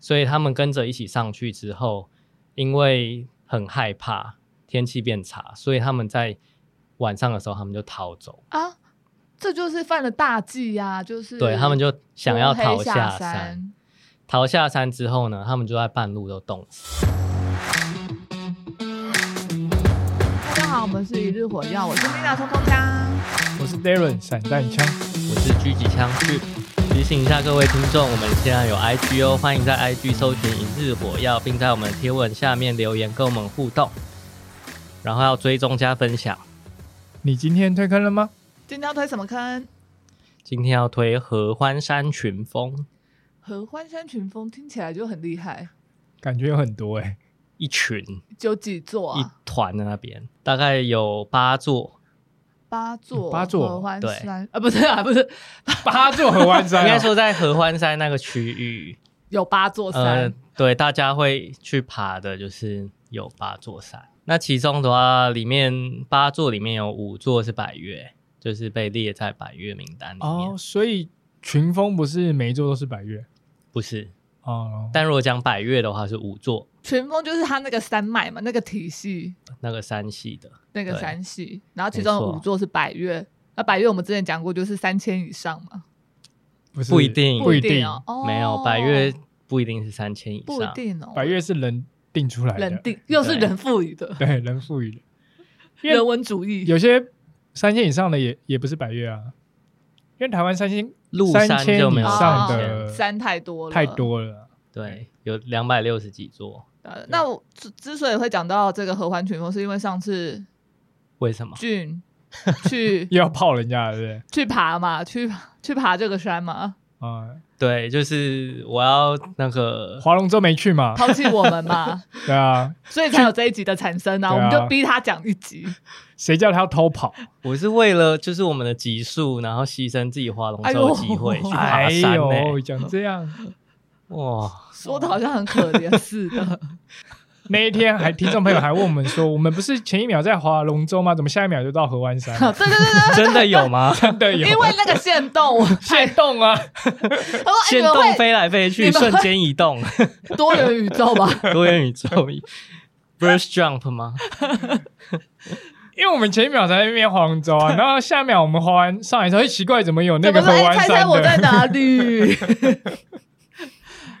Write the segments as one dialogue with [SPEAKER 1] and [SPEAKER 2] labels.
[SPEAKER 1] 所以他们跟着一起上去之后，因为很害怕天气变差，所以他们在晚上的时候他们就逃走，
[SPEAKER 2] 啊，这就是犯了大忌呀、就是
[SPEAKER 1] 对他们就想要
[SPEAKER 2] 嗯摸黑
[SPEAKER 1] 逃
[SPEAKER 2] 下
[SPEAKER 1] 下山。，逃下山之后呢，他们就在半路都冻死。
[SPEAKER 2] 大家好，我们是一日火药，我是 Mina 冲冲枪。
[SPEAKER 3] 我是 Darren 散弹枪，
[SPEAKER 1] 我是狙击枪去提醒一下各位听众，我们现在有 IG 哦，欢迎在 IG 搜寻“一日火药”，并在我们的贴文下面留言跟我们互动，然后要追踪加分享。
[SPEAKER 3] 你今天退坑了吗？
[SPEAKER 2] 今天要推什么坑？
[SPEAKER 1] 今天要推合欢山群峰，
[SPEAKER 2] 合欢山群峰听起来就很厉害，
[SPEAKER 3] 感觉有很多哎、
[SPEAKER 1] 一群、
[SPEAKER 2] 有几座
[SPEAKER 1] 一
[SPEAKER 2] 啊？
[SPEAKER 1] 团在那边，大概有八座，
[SPEAKER 2] 八座，
[SPEAKER 3] 嗯八座
[SPEAKER 2] 合欢
[SPEAKER 1] 对
[SPEAKER 2] 山啊，不是啊，不是
[SPEAKER 3] 八座合欢
[SPEAKER 1] 应
[SPEAKER 3] 山、
[SPEAKER 1] 该
[SPEAKER 3] 啊，
[SPEAKER 1] 说在合欢山那个区域，
[SPEAKER 2] 有八座哦山，
[SPEAKER 1] 呃，对，大家会去爬的，就是有八座山。那其中的话，里面八座里面有五座是百越，就是被列在百越名单里面。
[SPEAKER 3] 哦，所以群峰不是每一座都是百越
[SPEAKER 1] 不是，
[SPEAKER 3] 哦，
[SPEAKER 1] 但如果讲百越的话，是五座
[SPEAKER 2] 群峰就是它那个山脉嘛，那个体系，
[SPEAKER 1] 那个山系的。
[SPEAKER 2] 那个
[SPEAKER 1] 对
[SPEAKER 2] 山系，然后其
[SPEAKER 1] 没
[SPEAKER 2] 中有
[SPEAKER 1] 错
[SPEAKER 2] 五座是百越。那百越我们之前讲过，就是三千以上嘛，
[SPEAKER 3] 不是
[SPEAKER 1] 不一定
[SPEAKER 3] 不一
[SPEAKER 2] 定
[SPEAKER 3] 定，
[SPEAKER 2] 哦，哦
[SPEAKER 1] 没有百越不一定是三千以
[SPEAKER 2] 不一
[SPEAKER 1] 上，
[SPEAKER 2] 定哦，
[SPEAKER 3] 百越是人定出来的，
[SPEAKER 2] 人定又是
[SPEAKER 1] 对
[SPEAKER 2] 人赋予的，
[SPEAKER 3] 对人赋予的，因为
[SPEAKER 2] 人文主义
[SPEAKER 3] 有些三千以上的也也不是百越啊，因为台湾三千
[SPEAKER 1] 鹿
[SPEAKER 3] 三千
[SPEAKER 1] 就没
[SPEAKER 3] 以
[SPEAKER 1] 有三
[SPEAKER 3] 上
[SPEAKER 1] 千
[SPEAKER 3] 的
[SPEAKER 2] 山哦太多了，
[SPEAKER 3] 太。多了，
[SPEAKER 1] 对，有两百六十几座。
[SPEAKER 2] 呃那我之之所以会讲到这个合欢群峰，是因为上次
[SPEAKER 1] 为什么？
[SPEAKER 2] 俊 去
[SPEAKER 3] 又要泡人家了，对不对？
[SPEAKER 2] 去爬嘛，去去爬这个山嘛，
[SPEAKER 3] 啊、
[SPEAKER 1] 对，就是我要那个
[SPEAKER 3] 划龙舟没去嘛？
[SPEAKER 2] 抛弃我们 嘛，
[SPEAKER 3] 对啊，
[SPEAKER 2] 所以才有这一集的产生啊。
[SPEAKER 3] 对
[SPEAKER 2] 我
[SPEAKER 3] 啊
[SPEAKER 2] 们就逼他讲一集，
[SPEAKER 3] 谁叫他要偷跑？
[SPEAKER 1] 我是为了就是我们的级数，然后牺牲自己划龙
[SPEAKER 2] 哎
[SPEAKER 1] 舟
[SPEAKER 2] 呦
[SPEAKER 1] 的机 会去爬
[SPEAKER 3] 哎
[SPEAKER 1] 山呢、
[SPEAKER 3] 呦，讲这样，
[SPEAKER 1] 哇，
[SPEAKER 2] 说的好像很可怜似 的。
[SPEAKER 3] 那一天还听众朋友还问我们说，我们不是前一秒在划龙舟吗？怎么下一秒就到合欢山？
[SPEAKER 2] 对对对
[SPEAKER 1] 真的有吗？
[SPEAKER 2] 哎
[SPEAKER 3] 真的有啊
[SPEAKER 2] 对，因为那个线动，我
[SPEAKER 3] 现动啊，
[SPEAKER 2] 我说哎你
[SPEAKER 1] 线
[SPEAKER 2] 们
[SPEAKER 1] 动
[SPEAKER 2] 会
[SPEAKER 1] 飞来飞去，
[SPEAKER 2] 你们会
[SPEAKER 1] 瞬间移动，
[SPEAKER 2] 多元宇宙吧？
[SPEAKER 1] 多元宇宙，burst jump 吗？
[SPEAKER 3] 因为我们前一秒才在那边划龙舟 啊，然后下一秒我们划完上来之后，哎，奇怪，怎么有 那
[SPEAKER 2] 怎么
[SPEAKER 3] 个合
[SPEAKER 2] 说？哎
[SPEAKER 3] 欢
[SPEAKER 2] 猜猜
[SPEAKER 3] 山
[SPEAKER 2] 我在
[SPEAKER 3] 的？
[SPEAKER 2] 哪里？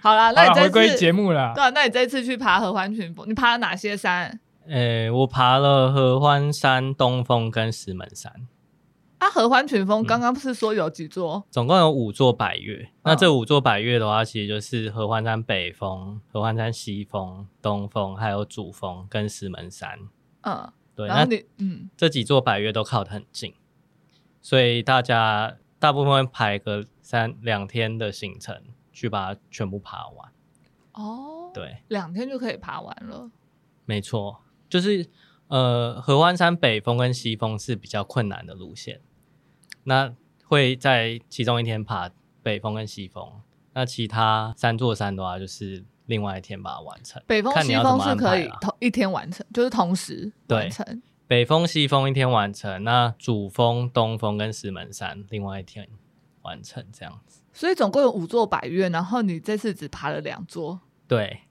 [SPEAKER 2] 好啦，
[SPEAKER 3] 好
[SPEAKER 2] 那
[SPEAKER 3] 了，回
[SPEAKER 2] 你这
[SPEAKER 3] 归
[SPEAKER 2] 次
[SPEAKER 3] 节目啦
[SPEAKER 2] 对。啊，那你这次去爬合欢群峰，你爬了哪些山？
[SPEAKER 1] 诶、我爬了合欢山、东峰跟石门山，
[SPEAKER 2] 啊，合欢群
[SPEAKER 1] 嗯
[SPEAKER 2] 峰刚刚不是说有几座？
[SPEAKER 1] 总共有五座百岳。
[SPEAKER 2] 嗯
[SPEAKER 1] 那这五座百岳的话，其实就是合欢山北峰、合欢山西峰、东峰，还有主峰跟石门山。
[SPEAKER 2] 嗯，
[SPEAKER 1] 对，
[SPEAKER 2] 然后
[SPEAKER 1] 那
[SPEAKER 2] 你嗯，
[SPEAKER 1] 这几座百越都靠得很近，所以大家大部分会排个三两天的行程去把它全部爬完。
[SPEAKER 2] 哦，，
[SPEAKER 1] 对，
[SPEAKER 2] 两天就可以爬完了。
[SPEAKER 1] 没错，就是呃，合欢山北峰跟西峰是比较困难的路线，那会在其中一天爬北峰跟西峰，那其他三座山的话就是另外一天把它完成。
[SPEAKER 2] 北峰、
[SPEAKER 1] 看你
[SPEAKER 2] 西
[SPEAKER 1] 要怎
[SPEAKER 2] 峰
[SPEAKER 1] 么
[SPEAKER 2] 是
[SPEAKER 1] 安
[SPEAKER 2] 可
[SPEAKER 1] 排
[SPEAKER 2] 以
[SPEAKER 1] 啦
[SPEAKER 2] 同一天完成，就是同时
[SPEAKER 1] 对
[SPEAKER 2] 完成。
[SPEAKER 1] 北峰、西峰一天完成，那主峰、东峰跟石门山另外一天完成，这样子。
[SPEAKER 2] 所以总共有五座百岳，然后你这次只爬了两座。
[SPEAKER 1] 对。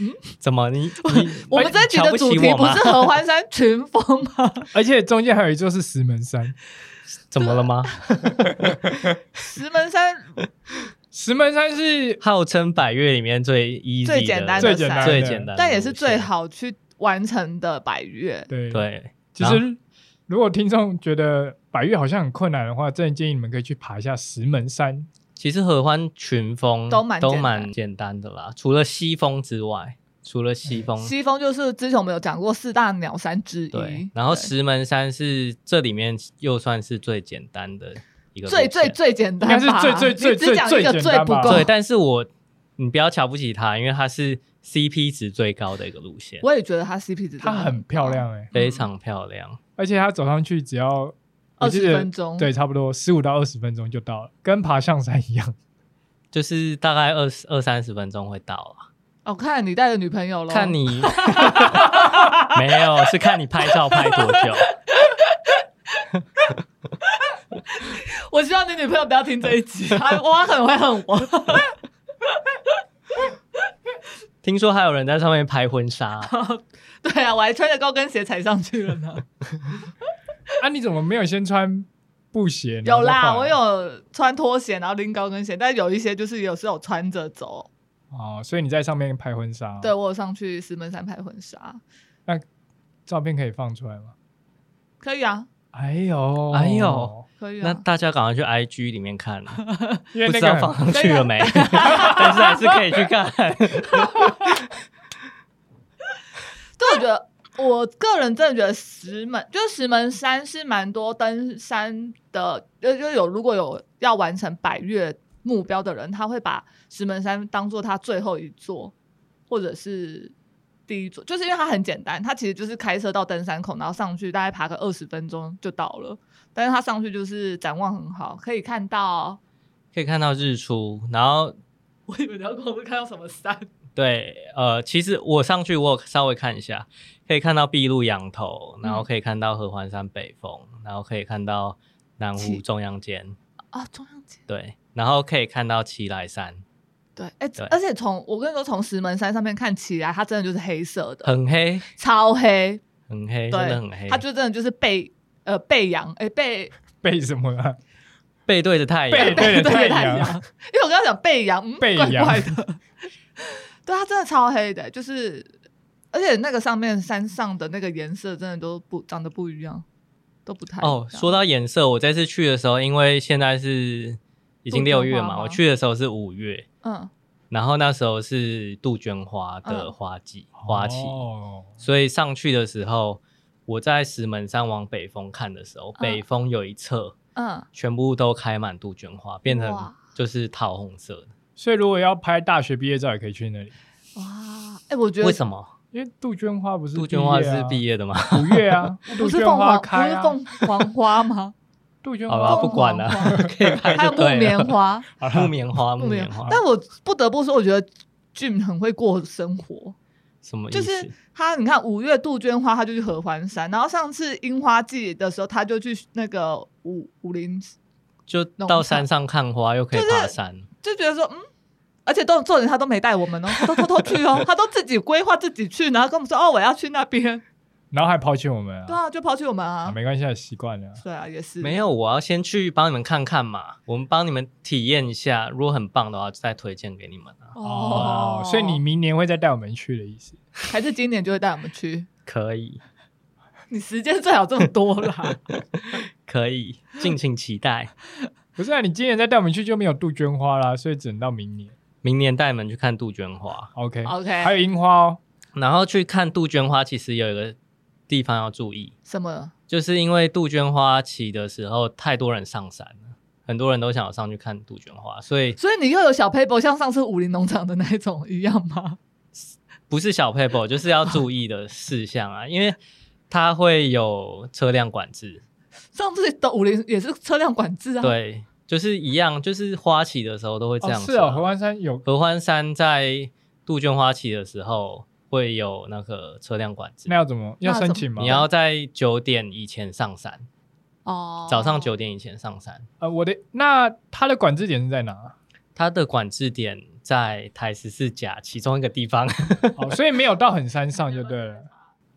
[SPEAKER 2] 嗯
[SPEAKER 1] 怎么你你
[SPEAKER 2] 我们这集的主题
[SPEAKER 1] 瞧起
[SPEAKER 2] 不
[SPEAKER 1] 我吗
[SPEAKER 2] 是合欢山群峰吗？
[SPEAKER 3] 而且中间还有一座是石门山，
[SPEAKER 1] 怎么了吗？
[SPEAKER 2] 石门 山
[SPEAKER 3] 石门山是
[SPEAKER 1] 号称百越里面最 easy
[SPEAKER 2] 最简单的
[SPEAKER 3] 最简单的
[SPEAKER 1] 最简单的路线，
[SPEAKER 2] 但也是最好去完成的百岳。
[SPEAKER 3] 对，
[SPEAKER 1] 对，
[SPEAKER 3] 其
[SPEAKER 1] 然后
[SPEAKER 3] 实如果听众觉得百越好像很困难的话，真的建议你们可以去爬一下石门山。
[SPEAKER 1] 其实合欢群峰
[SPEAKER 2] 都蛮
[SPEAKER 1] 都
[SPEAKER 2] 简单
[SPEAKER 1] 蛮简单的啦，除了西峰之外，除了西峰，
[SPEAKER 2] 西峰就是之前我们有讲过四大鸟山之一
[SPEAKER 1] 对，，然后
[SPEAKER 2] 对
[SPEAKER 1] 石门山是这里面又算是最简单的一个路
[SPEAKER 2] 最
[SPEAKER 1] 线，
[SPEAKER 2] 最最简单吧，
[SPEAKER 3] 应该是最最最
[SPEAKER 2] 你只讲一
[SPEAKER 3] 最
[SPEAKER 2] 个
[SPEAKER 3] 最
[SPEAKER 2] 最
[SPEAKER 3] 简单
[SPEAKER 2] 不
[SPEAKER 3] 吧
[SPEAKER 2] 够。
[SPEAKER 1] 对，但是我你不要瞧不起它，因为它是 CP 值最高的一个路线，
[SPEAKER 2] 我也觉得它 CP 值真的
[SPEAKER 3] 它很漂亮哎、
[SPEAKER 1] 非常漂亮。
[SPEAKER 3] 而且它走上去只要
[SPEAKER 2] 高，
[SPEAKER 3] 我
[SPEAKER 2] 二
[SPEAKER 3] 记
[SPEAKER 2] 十
[SPEAKER 3] 得
[SPEAKER 2] 分钟，
[SPEAKER 3] 对，差不多十五到二十分钟就到了，跟爬象山一样。
[SPEAKER 1] 就是大概二十二三十分钟会到了，
[SPEAKER 2] 哦，看你带着女朋友 了，
[SPEAKER 1] 看你没有是看你拍照拍多 久，
[SPEAKER 2] 我希望你女朋友不要听这一集，她我很会恨我。
[SPEAKER 1] 听说还有人在上面拍婚纱，
[SPEAKER 2] 对啊，我还穿着高跟鞋踩上去了 呢。
[SPEAKER 3] 啊，你怎么没有先穿布鞋？
[SPEAKER 2] 有
[SPEAKER 3] 然
[SPEAKER 2] 啦，
[SPEAKER 3] 后
[SPEAKER 2] 我
[SPEAKER 3] 再换
[SPEAKER 2] 有穿拖鞋，然后拎高跟鞋，但有一些就是有时候穿着走。
[SPEAKER 3] 哦，所以你在上面拍婚纱，
[SPEAKER 2] 对，我有上去石门山拍婚纱，
[SPEAKER 3] 照片可以放出来吗？
[SPEAKER 2] 可以啊，
[SPEAKER 3] 哎呦，
[SPEAKER 1] 哎呦，
[SPEAKER 2] 可以
[SPEAKER 1] 那
[SPEAKER 2] 啊。
[SPEAKER 1] 大家赶快去 IG 里面看，啊不
[SPEAKER 3] 因为那
[SPEAKER 1] 知道
[SPEAKER 3] 个
[SPEAKER 1] 放上去了没， 但是还是可以去看。
[SPEAKER 2] 对，我觉得我个人真的觉得石门，就是石门山是蛮多登山的，就就有如果有要完成百越目标的人，他会把石门山当做他最后一座，或者是。第一座就是因为它很简单，它其实就是开车到登山口，然后上去大概爬个二十分钟就到了。但是它上去就是展望很好，可以看到。
[SPEAKER 1] 可以看到日出，然后
[SPEAKER 2] 我以为你要跟我说看到什么山，
[SPEAKER 1] 对，呃，其实我上去我有稍微看一下，可以看到碧露羊头，然后可以看到合欢山北峰，然后可以看到南湖
[SPEAKER 2] 七
[SPEAKER 1] 中央间，
[SPEAKER 2] 啊，中央街。
[SPEAKER 1] 对，然后可以看到奇来山，
[SPEAKER 2] 对，哎、
[SPEAKER 1] 对
[SPEAKER 2] 而且从我跟你说，从石门山上面看起来，它真的就是黑色的，
[SPEAKER 1] 很黑，
[SPEAKER 2] 超黑，
[SPEAKER 1] 很黑，
[SPEAKER 2] 对
[SPEAKER 1] 真的很黑，
[SPEAKER 2] 它就真的就是背呃背阳，哎、背
[SPEAKER 3] 背什么啊？
[SPEAKER 1] 背 对着太阳
[SPEAKER 3] 背，对着
[SPEAKER 2] 对
[SPEAKER 3] 太阳
[SPEAKER 2] 阳，因为我刚刚讲背阳，嗯，
[SPEAKER 3] 背
[SPEAKER 2] 怪
[SPEAKER 3] 阳
[SPEAKER 2] 怪的， 对，它真的超黑的，就是而且那个上面山上的那个颜色真的都不长得不一样，都不太 一
[SPEAKER 1] 哦，
[SPEAKER 2] 样
[SPEAKER 1] 说到颜色，我这次去的时候，因为现在是已经
[SPEAKER 2] 杜鹃
[SPEAKER 1] 六月
[SPEAKER 2] 花
[SPEAKER 1] 嘛，
[SPEAKER 2] 吗
[SPEAKER 1] 我去的时候是五月，
[SPEAKER 2] 嗯，
[SPEAKER 1] 然后那时候是杜鹃花的
[SPEAKER 2] 嗯
[SPEAKER 1] 花季、花期，
[SPEAKER 3] 哦
[SPEAKER 1] 所以上去的时候，我在石门山往北峰看的时候，
[SPEAKER 2] 嗯
[SPEAKER 1] 北峰有一侧
[SPEAKER 2] 嗯，
[SPEAKER 1] 全部都开满杜鹃花，变成
[SPEAKER 2] 哇
[SPEAKER 1] 就是桃红色的。
[SPEAKER 3] 所以如果要拍大学毕业照，也可以去那里，
[SPEAKER 2] 哇，哎、我觉得
[SPEAKER 1] 为什么？
[SPEAKER 3] 因为杜鹃花不是
[SPEAKER 1] 杜鹃花
[SPEAKER 3] 毕业
[SPEAKER 1] 是
[SPEAKER 3] 啊
[SPEAKER 1] 毕业的吗？
[SPEAKER 3] 五月啊，
[SPEAKER 2] 不
[SPEAKER 3] 杜
[SPEAKER 2] 是
[SPEAKER 3] 鹃
[SPEAKER 2] 凤
[SPEAKER 3] 花
[SPEAKER 2] 凰，
[SPEAKER 3] 开啊，
[SPEAKER 2] 不是凤凰花 吗？
[SPEAKER 3] 杜鹃
[SPEAKER 2] 啊
[SPEAKER 1] 好啦，
[SPEAKER 3] 花
[SPEAKER 1] 不管了，可以拍
[SPEAKER 2] 还有
[SPEAKER 1] 就
[SPEAKER 2] 木
[SPEAKER 1] 对
[SPEAKER 2] 棉
[SPEAKER 1] 了。
[SPEAKER 2] 花。
[SPEAKER 1] 木棉花，木
[SPEAKER 2] 不
[SPEAKER 1] 棉花，
[SPEAKER 2] 但我不得不说，我觉得俊很会过生活。
[SPEAKER 1] 什么意
[SPEAKER 2] 就是
[SPEAKER 1] 思？
[SPEAKER 2] 他，你看五月杜鹃花，他就去合欢山，然后上次樱花季的时候，他就去那个武武林，
[SPEAKER 1] 就
[SPEAKER 2] 农
[SPEAKER 1] 到
[SPEAKER 2] 场
[SPEAKER 1] 山上看花，又可以
[SPEAKER 2] 就是
[SPEAKER 1] 爬山。
[SPEAKER 2] 就觉得说，嗯，而且都重点他都没带我们哦，他都偷偷去哦，他都自己规划自己去，然后跟我们说，哦，我要去那边，
[SPEAKER 3] 然后还抛弃我们
[SPEAKER 2] 对
[SPEAKER 3] 啊，
[SPEAKER 2] 啊，就抛弃我们
[SPEAKER 3] 啊
[SPEAKER 2] 啊，
[SPEAKER 3] 没关系，啊，习惯了。
[SPEAKER 2] 对啊，也是
[SPEAKER 1] 没有，我要先去帮你们看看嘛，我们帮你们体验一下，如果很棒的话，再推荐给你们啊。
[SPEAKER 3] 哦，所以你明年会再带我们去的意思？
[SPEAKER 2] 还是今年就会带我们去，
[SPEAKER 1] 可以，
[SPEAKER 2] 你时间最好这么多啦，
[SPEAKER 1] 可以，敬请期 待。
[SPEAKER 3] 不是啊，你今年再带我们去就没有杜鹃花啦，所以只能到明年。
[SPEAKER 1] 明年带你们去看杜鹃花，
[SPEAKER 3] OK
[SPEAKER 2] OK
[SPEAKER 3] 还有樱花哦，
[SPEAKER 1] 然后去看杜鹃花，其实有一个地方要注意，
[SPEAKER 2] 什么？
[SPEAKER 1] 就是因为杜鹃花期的时候，太多人上山了，很多人都想要上去看杜鹃花，所以
[SPEAKER 2] 所以你又有小 paper，像上次武林农场的那一种一样吗？
[SPEAKER 1] 不是小 paper，就是要注意的事项啊，因为它会有车辆管制。
[SPEAKER 2] 上次的五菱也是车辆管制啊。，
[SPEAKER 1] 对，就是一样，就是花期的时候都会这
[SPEAKER 3] 哦
[SPEAKER 1] 样
[SPEAKER 3] 是
[SPEAKER 1] 子啊、
[SPEAKER 3] 哦，合欢山有
[SPEAKER 1] 合欢山在杜鹃花期的时候会有那个车辆管制
[SPEAKER 3] 那，要怎么要
[SPEAKER 2] 那怎么
[SPEAKER 3] 申请吗？
[SPEAKER 1] 你要在九点以前上山，
[SPEAKER 2] 哦，
[SPEAKER 1] 早上九点以前上山。
[SPEAKER 3] 呃，我的那它的管制点是在哪？
[SPEAKER 1] 它的管制点在台十四甲其中一个地方，
[SPEAKER 3] 哦，所以没有到很山上就对了。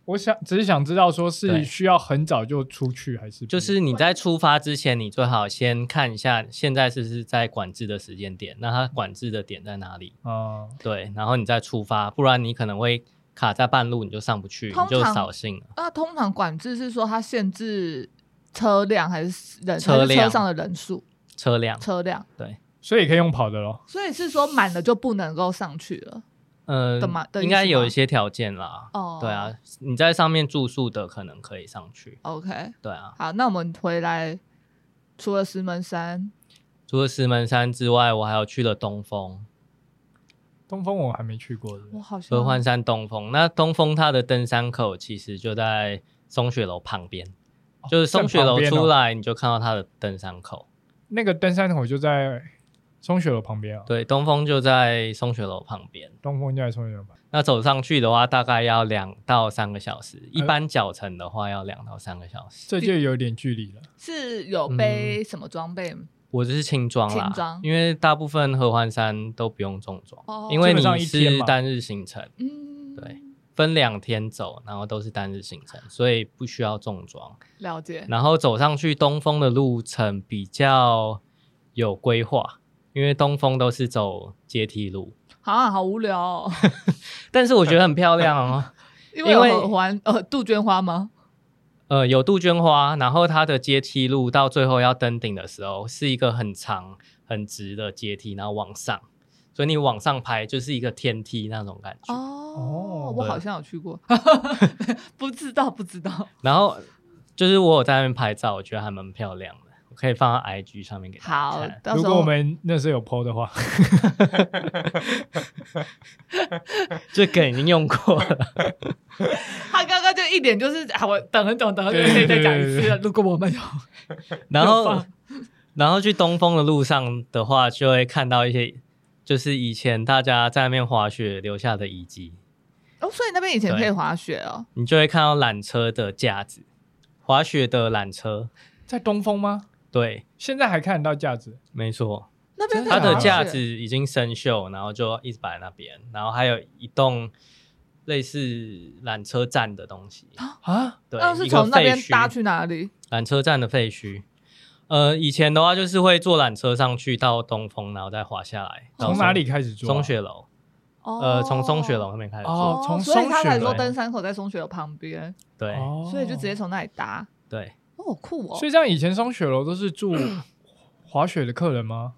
[SPEAKER 3] 我想只是想知道，
[SPEAKER 1] 对
[SPEAKER 3] 说是需要很早就出去，还是不
[SPEAKER 1] 就是你在出发之前，你最好先看一下现在是不是在管制的时间点，那它管制的点在哪里？
[SPEAKER 3] 啊、
[SPEAKER 1] 对，然后你再出发，不然你可能会卡在半路，你就上不去，你
[SPEAKER 2] 通
[SPEAKER 1] 就
[SPEAKER 2] 常
[SPEAKER 1] 扫兴了。
[SPEAKER 2] 那通常管制是说它限制车辆还是人
[SPEAKER 1] 车辆
[SPEAKER 2] 还是车上的人数
[SPEAKER 1] 车辆，
[SPEAKER 2] 车辆，
[SPEAKER 3] 所以可以用跑的咯。
[SPEAKER 2] 所以是说满了就不能够上去了。
[SPEAKER 1] 呃
[SPEAKER 2] 的嘛的
[SPEAKER 1] 应
[SPEAKER 2] 意
[SPEAKER 1] 该
[SPEAKER 2] 思
[SPEAKER 1] 有
[SPEAKER 2] 吗
[SPEAKER 1] 一些条件啦。
[SPEAKER 2] 哦
[SPEAKER 1] 对啊，你在上面住宿的可能可以上去。
[SPEAKER 2] ，OK，
[SPEAKER 1] 对啊，
[SPEAKER 2] 好，那我们回来，除了石门山，
[SPEAKER 1] 除了石门山之外，我还有去了东峰，
[SPEAKER 3] 东峰我还没去过的，
[SPEAKER 2] 我好像
[SPEAKER 1] 合欢山东峰。那东峰它的登山口其实就在松雪楼旁边，就是松雪楼
[SPEAKER 3] 哦正旁边
[SPEAKER 1] 出
[SPEAKER 3] 哦
[SPEAKER 1] 来你就看到它的登山口。
[SPEAKER 3] 那个登山口就在松雪楼旁边啊。，
[SPEAKER 1] 对，东峰就在松雪楼旁边。
[SPEAKER 3] 东峰就在松雪楼旁边。
[SPEAKER 1] 那走上去的话，大概要两到三个小时，一般脚程的话要两到三个小时。
[SPEAKER 3] 这就有点距离了。
[SPEAKER 1] 嗯
[SPEAKER 2] 是有背什么装备？
[SPEAKER 1] 我就是轻装啦，
[SPEAKER 2] 轻装
[SPEAKER 1] 因为大部分合欢山都不用重装，
[SPEAKER 2] 哦
[SPEAKER 1] 因为
[SPEAKER 3] 基本上
[SPEAKER 1] 你
[SPEAKER 3] 一天
[SPEAKER 1] 是
[SPEAKER 3] 嘛
[SPEAKER 1] 单日行程，
[SPEAKER 2] 嗯，
[SPEAKER 1] 对，分两天走，然后都是单日行程，所以不需要重装。
[SPEAKER 2] 了解。
[SPEAKER 1] 然后走上去东峰的路程比较有规划，因为东峰都是走阶梯路，
[SPEAKER 2] 啊，好无聊、 哦，
[SPEAKER 1] 但是我觉得很漂亮 哦。
[SPEAKER 2] 因为
[SPEAKER 1] 因
[SPEAKER 2] 有
[SPEAKER 1] 为
[SPEAKER 2] 合欢呃杜鹃花吗？
[SPEAKER 1] 呃，有杜鹃花，然后它的阶梯路到最后要登顶的时候，是一个很长很直的阶梯，然后往上，所以你往上拍就是一个天梯那种感觉。
[SPEAKER 2] 哦
[SPEAKER 3] 哦，
[SPEAKER 2] 我
[SPEAKER 1] 对
[SPEAKER 2] 好像有去 过， 不知道不知道。
[SPEAKER 1] 然后就是我有在那边拍照，我觉得还蛮漂亮的，我可以放到 IG 上面给大家
[SPEAKER 2] 好
[SPEAKER 1] 看，。
[SPEAKER 2] 到
[SPEAKER 3] 如
[SPEAKER 2] 时
[SPEAKER 3] 果我
[SPEAKER 2] 候
[SPEAKER 3] 们那时候有 PO 的话，
[SPEAKER 1] 这梗已经用过 了，
[SPEAKER 2] 他刚刚就一点就是啊，我等很久，等很久可以再讲一次了。如果我们有，
[SPEAKER 1] 然
[SPEAKER 2] 有
[SPEAKER 1] 后
[SPEAKER 2] 放
[SPEAKER 1] 然后去东峰的路上的话，就会看到一些就是以前大家在那边滑雪留下的遗迹，
[SPEAKER 2] 哦，所以那边以前可以滑雪哦。
[SPEAKER 1] 你就会看到缆车的架子，滑雪的缆车，
[SPEAKER 3] 在东风吗？
[SPEAKER 1] 对。
[SPEAKER 3] 现在还看得到价值，
[SPEAKER 1] 没错，
[SPEAKER 2] 那边可以
[SPEAKER 1] 它的
[SPEAKER 2] 滑雪
[SPEAKER 1] 架子已经生锈，然后就一直摆在那边，然后还有一栋类似缆车站的东西，
[SPEAKER 3] 啊，
[SPEAKER 1] 对，
[SPEAKER 2] 哦那是
[SPEAKER 1] 一个
[SPEAKER 2] 从那边
[SPEAKER 1] 废墟
[SPEAKER 2] 搭去哪里？
[SPEAKER 1] 缆车站的废墟。呃，以前的话就是会坐缆车上去到东峰，然后再滑下来。到
[SPEAKER 3] 从哪里开始
[SPEAKER 1] 松？
[SPEAKER 3] 做啊？
[SPEAKER 1] 松雪楼，
[SPEAKER 2] 哦
[SPEAKER 1] 呃，从松雪楼那边开始做。
[SPEAKER 3] 哦从
[SPEAKER 2] 所以他才
[SPEAKER 3] 松雪
[SPEAKER 2] 说
[SPEAKER 1] 楼
[SPEAKER 2] 登山口在松雪楼旁边，
[SPEAKER 1] 对、
[SPEAKER 3] 哦，
[SPEAKER 2] 所以就直接。从那里搭。
[SPEAKER 1] 对，
[SPEAKER 2] 哦，好酷哦
[SPEAKER 3] 所！以像以前松雪楼都是住滑雪的客人吗？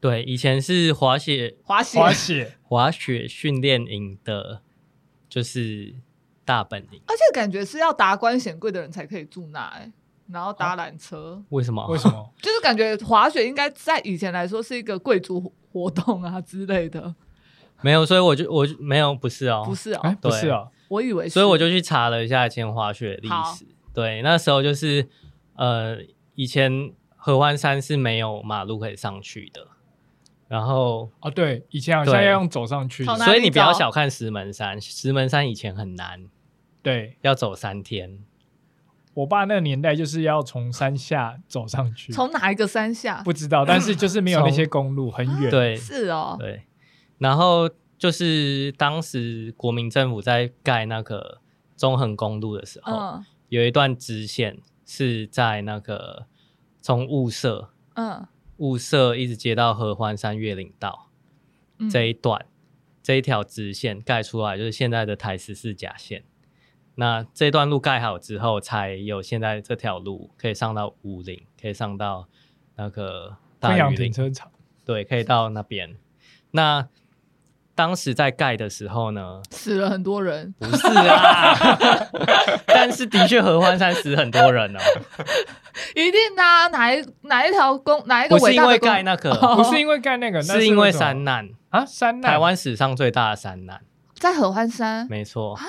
[SPEAKER 1] 对，以前是滑雪
[SPEAKER 2] 滑雪，
[SPEAKER 3] 滑雪
[SPEAKER 1] 滑雪训练营的，就是大本营。
[SPEAKER 2] 而且感觉是要达官显贵的人才可以住那、欸，然后搭缆车，
[SPEAKER 1] 为什么？
[SPEAKER 3] 为什么？
[SPEAKER 2] 就是感觉滑雪应该在以前来说是一个贵族活动啊之类的，
[SPEAKER 1] 哦没有？所以我就我就没有，不是哦，
[SPEAKER 2] 不是哦、
[SPEAKER 3] 哎，不是啊，
[SPEAKER 2] 我以为是，
[SPEAKER 1] 所以我就去查了一下以前滑雪的历
[SPEAKER 2] 好
[SPEAKER 1] 史。对，那时候就是呃，以前合欢山是没有马路可以上去的，然后
[SPEAKER 3] 哦，对，以前好像
[SPEAKER 1] 对
[SPEAKER 3] 要用走上去的，
[SPEAKER 2] 从哪
[SPEAKER 1] 所以
[SPEAKER 2] 里
[SPEAKER 1] 你不要
[SPEAKER 2] 走
[SPEAKER 1] 小看石门山，石门山以前很难，
[SPEAKER 3] 对
[SPEAKER 1] 要走三天。
[SPEAKER 3] 我爸那个年代就是要从山下走上去，
[SPEAKER 2] 从哪一个山下？
[SPEAKER 3] 不知道，但是就是没有那些公路，很远。，
[SPEAKER 1] 对
[SPEAKER 2] 是哦、
[SPEAKER 1] 对，然后就是当时国民政府在盖那个中横公路的时候，
[SPEAKER 2] 嗯
[SPEAKER 1] 有一段支线是在那个从雾社
[SPEAKER 2] 嗯
[SPEAKER 1] 雾社一直接到合欢山月岭道。
[SPEAKER 2] 嗯，
[SPEAKER 1] 这一段、这一条直线盖出来，就是现在的台十四甲线。那这段路盖好之后，才有现在这条路可以上到五岭，可以上到那个
[SPEAKER 3] 昆
[SPEAKER 1] 大
[SPEAKER 3] 阳
[SPEAKER 1] 屿
[SPEAKER 3] 停
[SPEAKER 1] 岭，
[SPEAKER 3] 车场，
[SPEAKER 1] 对，可以到那边。那当时在盖的时候呢，
[SPEAKER 2] 死了很多人，
[SPEAKER 1] 不是啦， 但是的确合欢山死很多人哦、
[SPEAKER 2] 一定的、啊，哪一哪一条公哪一个
[SPEAKER 1] 不是
[SPEAKER 2] 伟
[SPEAKER 1] 因
[SPEAKER 2] 大
[SPEAKER 1] 为
[SPEAKER 2] 的公
[SPEAKER 1] 盖那个，
[SPEAKER 2] 哦
[SPEAKER 3] 不是因为盖那个，那
[SPEAKER 1] 是因为
[SPEAKER 3] 什么
[SPEAKER 1] 山难，
[SPEAKER 3] 啊，山难
[SPEAKER 1] 台湾史上最大的山难，
[SPEAKER 2] 在合欢山，
[SPEAKER 1] 没错。
[SPEAKER 2] 啊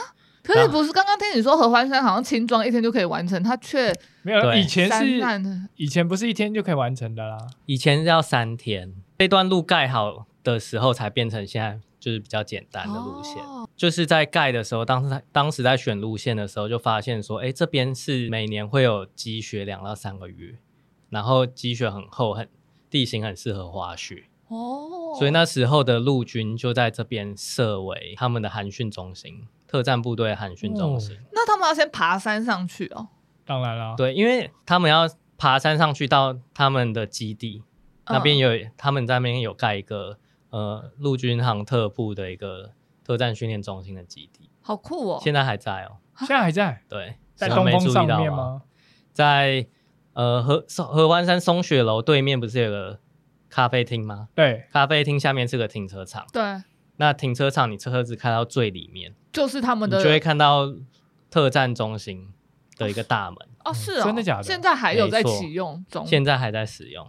[SPEAKER 2] 可是不是刚刚听你说合欢山好像轻装一天就可以完成，它却
[SPEAKER 3] 没有，
[SPEAKER 1] 对
[SPEAKER 3] 以前
[SPEAKER 2] 山
[SPEAKER 3] 是
[SPEAKER 2] 难的
[SPEAKER 3] 以前不是一天就可以完成的啦。
[SPEAKER 1] 以前要三天，这段路盖好的时候才变成现在就是比较简单的路线。
[SPEAKER 2] 哦
[SPEAKER 1] 就是在盖的时候，当时在当时在选路线的时候，就发现说，哎，这边是每年会有积雪两到三个月，然后积雪很厚，很地形很适合滑雪，
[SPEAKER 2] 哦，
[SPEAKER 1] 所以那时候的陆军就在这边设为他们的寒训中心，特战部队的寒训中心。
[SPEAKER 2] 那他们要先爬山上去哦。
[SPEAKER 3] 当然啦，
[SPEAKER 1] 对，因为他们要爬山上去到他们的基地，那边
[SPEAKER 2] 有
[SPEAKER 1] 有、他们在那边有盖一个呃陆军航特部的一个特战训练中心的基地，
[SPEAKER 2] 好酷哦，
[SPEAKER 1] 现在还在哦。
[SPEAKER 3] 现在还在
[SPEAKER 1] 对，
[SPEAKER 3] 在
[SPEAKER 1] 你们啊
[SPEAKER 3] 东
[SPEAKER 1] 没
[SPEAKER 3] 风
[SPEAKER 1] 注
[SPEAKER 3] 上
[SPEAKER 1] 意到
[SPEAKER 3] 面？吗？
[SPEAKER 1] 在呃河松河湾山松雪楼对面不是有个咖啡厅吗？
[SPEAKER 3] 对，
[SPEAKER 1] 咖啡厅下面是个停车场，
[SPEAKER 2] 对，
[SPEAKER 1] 那停车场你车子开到最里面，
[SPEAKER 2] 就是他们
[SPEAKER 1] 你
[SPEAKER 2] 的
[SPEAKER 1] 就会看到特战中心的一个大门，
[SPEAKER 2] 哦，是哦，
[SPEAKER 3] 真的假的
[SPEAKER 2] 现在还有在
[SPEAKER 1] 没错
[SPEAKER 2] 启用中，
[SPEAKER 1] 现在还在使用。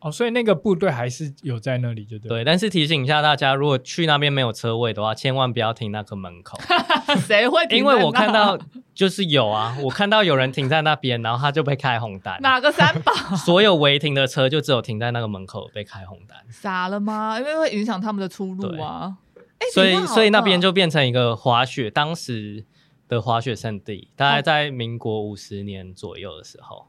[SPEAKER 3] 哦，所以那个部队还是有在那里，就对了。
[SPEAKER 1] 对，但是提醒一下大家，如果去那边没有车位的话，千万不要停那个门口。
[SPEAKER 2] 谁 会停
[SPEAKER 1] 因
[SPEAKER 2] 在那？
[SPEAKER 1] 为我看到就是有啊，我看到有人停在那边，然后他就被开红单，
[SPEAKER 2] 哪个三宝
[SPEAKER 1] 所有违停的车就只有停在那个门口被开红单，
[SPEAKER 2] 傻了吗？因为会影响他们的出路啊。哎，
[SPEAKER 1] 所
[SPEAKER 2] 你
[SPEAKER 1] 以
[SPEAKER 2] 看好
[SPEAKER 1] 所以那边就变成一个滑雪当时的滑雪圣地，大概在民国五十年左右的时候，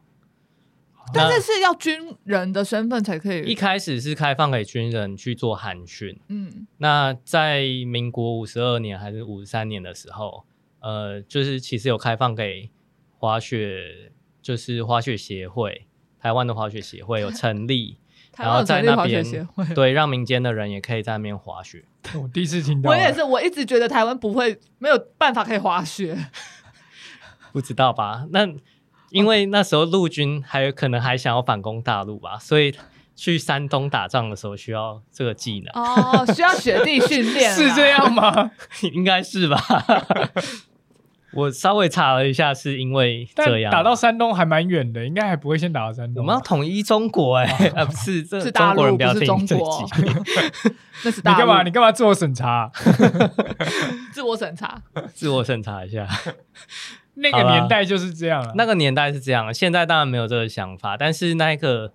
[SPEAKER 2] 但是是要军人的身份才可
[SPEAKER 1] 一
[SPEAKER 2] 以。
[SPEAKER 1] 开始是开放给军人去做寒训，
[SPEAKER 2] 嗯，
[SPEAKER 1] 那在民国五十二年还是五十三年的时候，呃，就是其实有开放给滑雪，就是滑雪协会，台湾的滑雪协会有成立，
[SPEAKER 2] 台
[SPEAKER 1] 然
[SPEAKER 2] 湾
[SPEAKER 1] 后
[SPEAKER 2] 有成
[SPEAKER 1] 在
[SPEAKER 2] 立
[SPEAKER 1] 那
[SPEAKER 2] 滑雪
[SPEAKER 1] 边
[SPEAKER 2] 协会，
[SPEAKER 1] 对让民间的人也可以在那边滑雪。
[SPEAKER 3] 哦我第一次听到，啊
[SPEAKER 2] 我也是，我一直觉得台湾不会没有办法可以滑雪。
[SPEAKER 1] 不知道吧？那
[SPEAKER 2] 哦
[SPEAKER 1] 因为那时候陆军还有可能还想要反攻大陆吧，所以去山东打仗的时候需要这个技能，
[SPEAKER 2] 哦， 需要雪地训 练啦
[SPEAKER 3] 是这。样吗？
[SPEAKER 1] 应该是吧？ 我稍微查了一下，是因为
[SPEAKER 3] 但
[SPEAKER 1] 这样
[SPEAKER 3] 打到山东还蛮远的，应该还不会先打到山
[SPEAKER 1] 我
[SPEAKER 3] 东吧。
[SPEAKER 1] 们
[SPEAKER 3] 啊
[SPEAKER 1] 要统一中国哎、欸 啊不是这
[SPEAKER 2] 哦是大
[SPEAKER 1] 中
[SPEAKER 2] 陆
[SPEAKER 1] 国人不要
[SPEAKER 2] 不
[SPEAKER 1] 听
[SPEAKER 2] 是中
[SPEAKER 1] 这
[SPEAKER 2] 国
[SPEAKER 1] 集，
[SPEAKER 2] 那是大
[SPEAKER 3] 你
[SPEAKER 2] 陆
[SPEAKER 3] 干嘛？你干嘛自我 审查？
[SPEAKER 2] 自我审查。
[SPEAKER 1] 自我审查一下。
[SPEAKER 3] 那
[SPEAKER 1] 好
[SPEAKER 3] 个
[SPEAKER 1] 啦
[SPEAKER 3] 年代就是这样啊。
[SPEAKER 1] 那个年代是这样，现在当然没有这个想法，但是那一个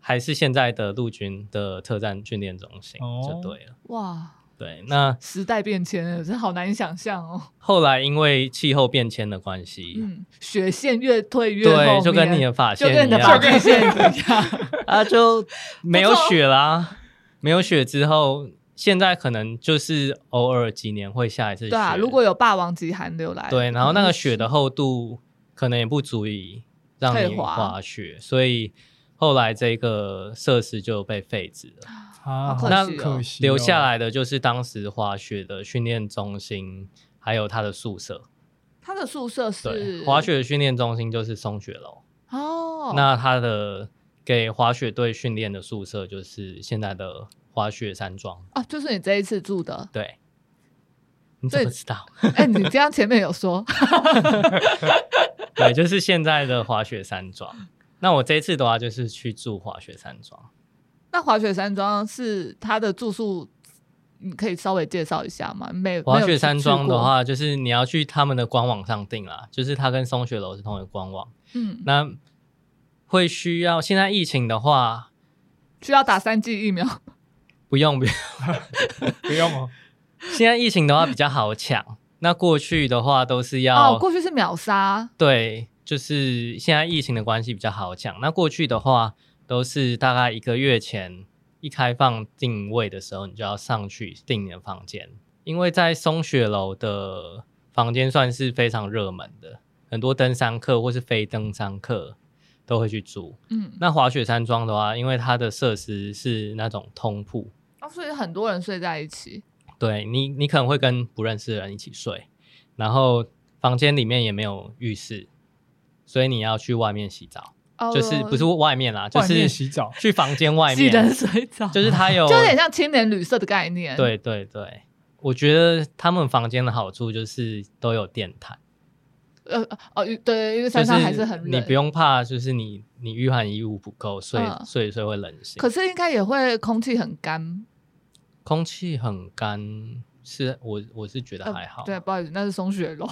[SPEAKER 1] 还是现在的陆军的特战训练中心
[SPEAKER 3] 哦
[SPEAKER 1] 就对了。
[SPEAKER 2] 哇，
[SPEAKER 1] 对，那
[SPEAKER 2] 时代变迁了，真好难以想象哦。
[SPEAKER 1] 后来因为气候变迁的关系，
[SPEAKER 2] 嗯，雪线越退越后
[SPEAKER 1] 哎对，
[SPEAKER 2] 面
[SPEAKER 1] 就跟你的发
[SPEAKER 2] 就
[SPEAKER 1] 线
[SPEAKER 2] 跟
[SPEAKER 1] 一
[SPEAKER 2] 你的发
[SPEAKER 1] 样
[SPEAKER 2] 际线一 样。
[SPEAKER 1] 啊，就没有雪啦。没有雪之后，现在可能就是偶尔几年会下一次雪。
[SPEAKER 2] 对啊，如果有霸王级寒流来，嗯
[SPEAKER 1] 对，然后那个雪的厚度可能也不足以让
[SPEAKER 2] 退
[SPEAKER 1] 你
[SPEAKER 2] 滑
[SPEAKER 1] 滑雪，所以后来这个设施就被废止了。
[SPEAKER 3] 啊，
[SPEAKER 2] 好可
[SPEAKER 3] 那
[SPEAKER 2] 惜哦
[SPEAKER 3] 可惜哦
[SPEAKER 1] 留下。来的就是当时滑雪的训练中心，还有它的宿舍。
[SPEAKER 2] 他的宿舍
[SPEAKER 1] 对，
[SPEAKER 2] 是
[SPEAKER 1] 滑雪的训练中心就是松雪楼。
[SPEAKER 2] 哦，
[SPEAKER 1] 那它的给滑雪队训练的宿舍就是现在的滑雪山庄。。
[SPEAKER 2] 哦，就是你这一次住 的
[SPEAKER 1] 对，你怎
[SPEAKER 2] 所
[SPEAKER 1] 么
[SPEAKER 2] 以
[SPEAKER 1] 知道？
[SPEAKER 2] 哎，你这样前面有说，
[SPEAKER 1] 对，就是现在的滑雪山庄。那我这一次的话，就是去住滑雪山庄。
[SPEAKER 2] 那滑雪山庄是他的住宿，你可以稍微介绍一下吗？没，
[SPEAKER 1] 滑
[SPEAKER 2] 没有
[SPEAKER 1] 雪
[SPEAKER 2] 去
[SPEAKER 1] 山庄的，
[SPEAKER 2] 去
[SPEAKER 1] 话，就是你要去他们的官网上订啦，就是它跟松雪楼是同一个官网。
[SPEAKER 2] 过嗯，
[SPEAKER 1] 那会需要现在疫情的话，
[SPEAKER 2] 需要打三剂疫苗。
[SPEAKER 1] 不用不用。
[SPEAKER 3] 不用 哦，
[SPEAKER 1] 现在疫情的话比较好抢，那过去的话都是 要
[SPEAKER 2] 哦，过去是秒杀，
[SPEAKER 1] 对，就是现在疫情的关系比较好讲。那过去的话，都是大概一个月前一开放定位的时候，你就要上去订你的房间，因为在松雪楼的房间算是非常热门的，很多登山客或是非登山客都会去住。
[SPEAKER 2] 嗯，
[SPEAKER 1] 那滑雪山庄的话，因为它的设施是那种通铺，
[SPEAKER 2] 哦，所以很多人睡在一起，
[SPEAKER 1] 对你，你可能会跟不认识的人一起睡，然后房间里面也没有浴室，所以你要去外面洗澡，
[SPEAKER 2] 哦，
[SPEAKER 1] 就是不是外面啦，就
[SPEAKER 3] 外
[SPEAKER 1] 是
[SPEAKER 3] 面洗澡。
[SPEAKER 1] 去房间外
[SPEAKER 2] 寄人
[SPEAKER 1] 面，
[SPEAKER 2] 水澡，
[SPEAKER 1] 就是它有
[SPEAKER 2] 就有点像青年旅社的概念。，
[SPEAKER 1] 对对对，我觉得他们房间的好处就是都有电毯，
[SPEAKER 2] 呃，哦，对对，因为
[SPEAKER 1] 就
[SPEAKER 2] 山上还是很冷，
[SPEAKER 1] 你不用怕，就是你你御寒衣物不够，睡
[SPEAKER 2] 嗯
[SPEAKER 1] 睡一睡会冷醒
[SPEAKER 2] 可。是应该也会空气很干，
[SPEAKER 1] 空气很干，是我我是觉得
[SPEAKER 2] 呃
[SPEAKER 1] 还好，
[SPEAKER 2] 对，不好意思，那是松雪楼，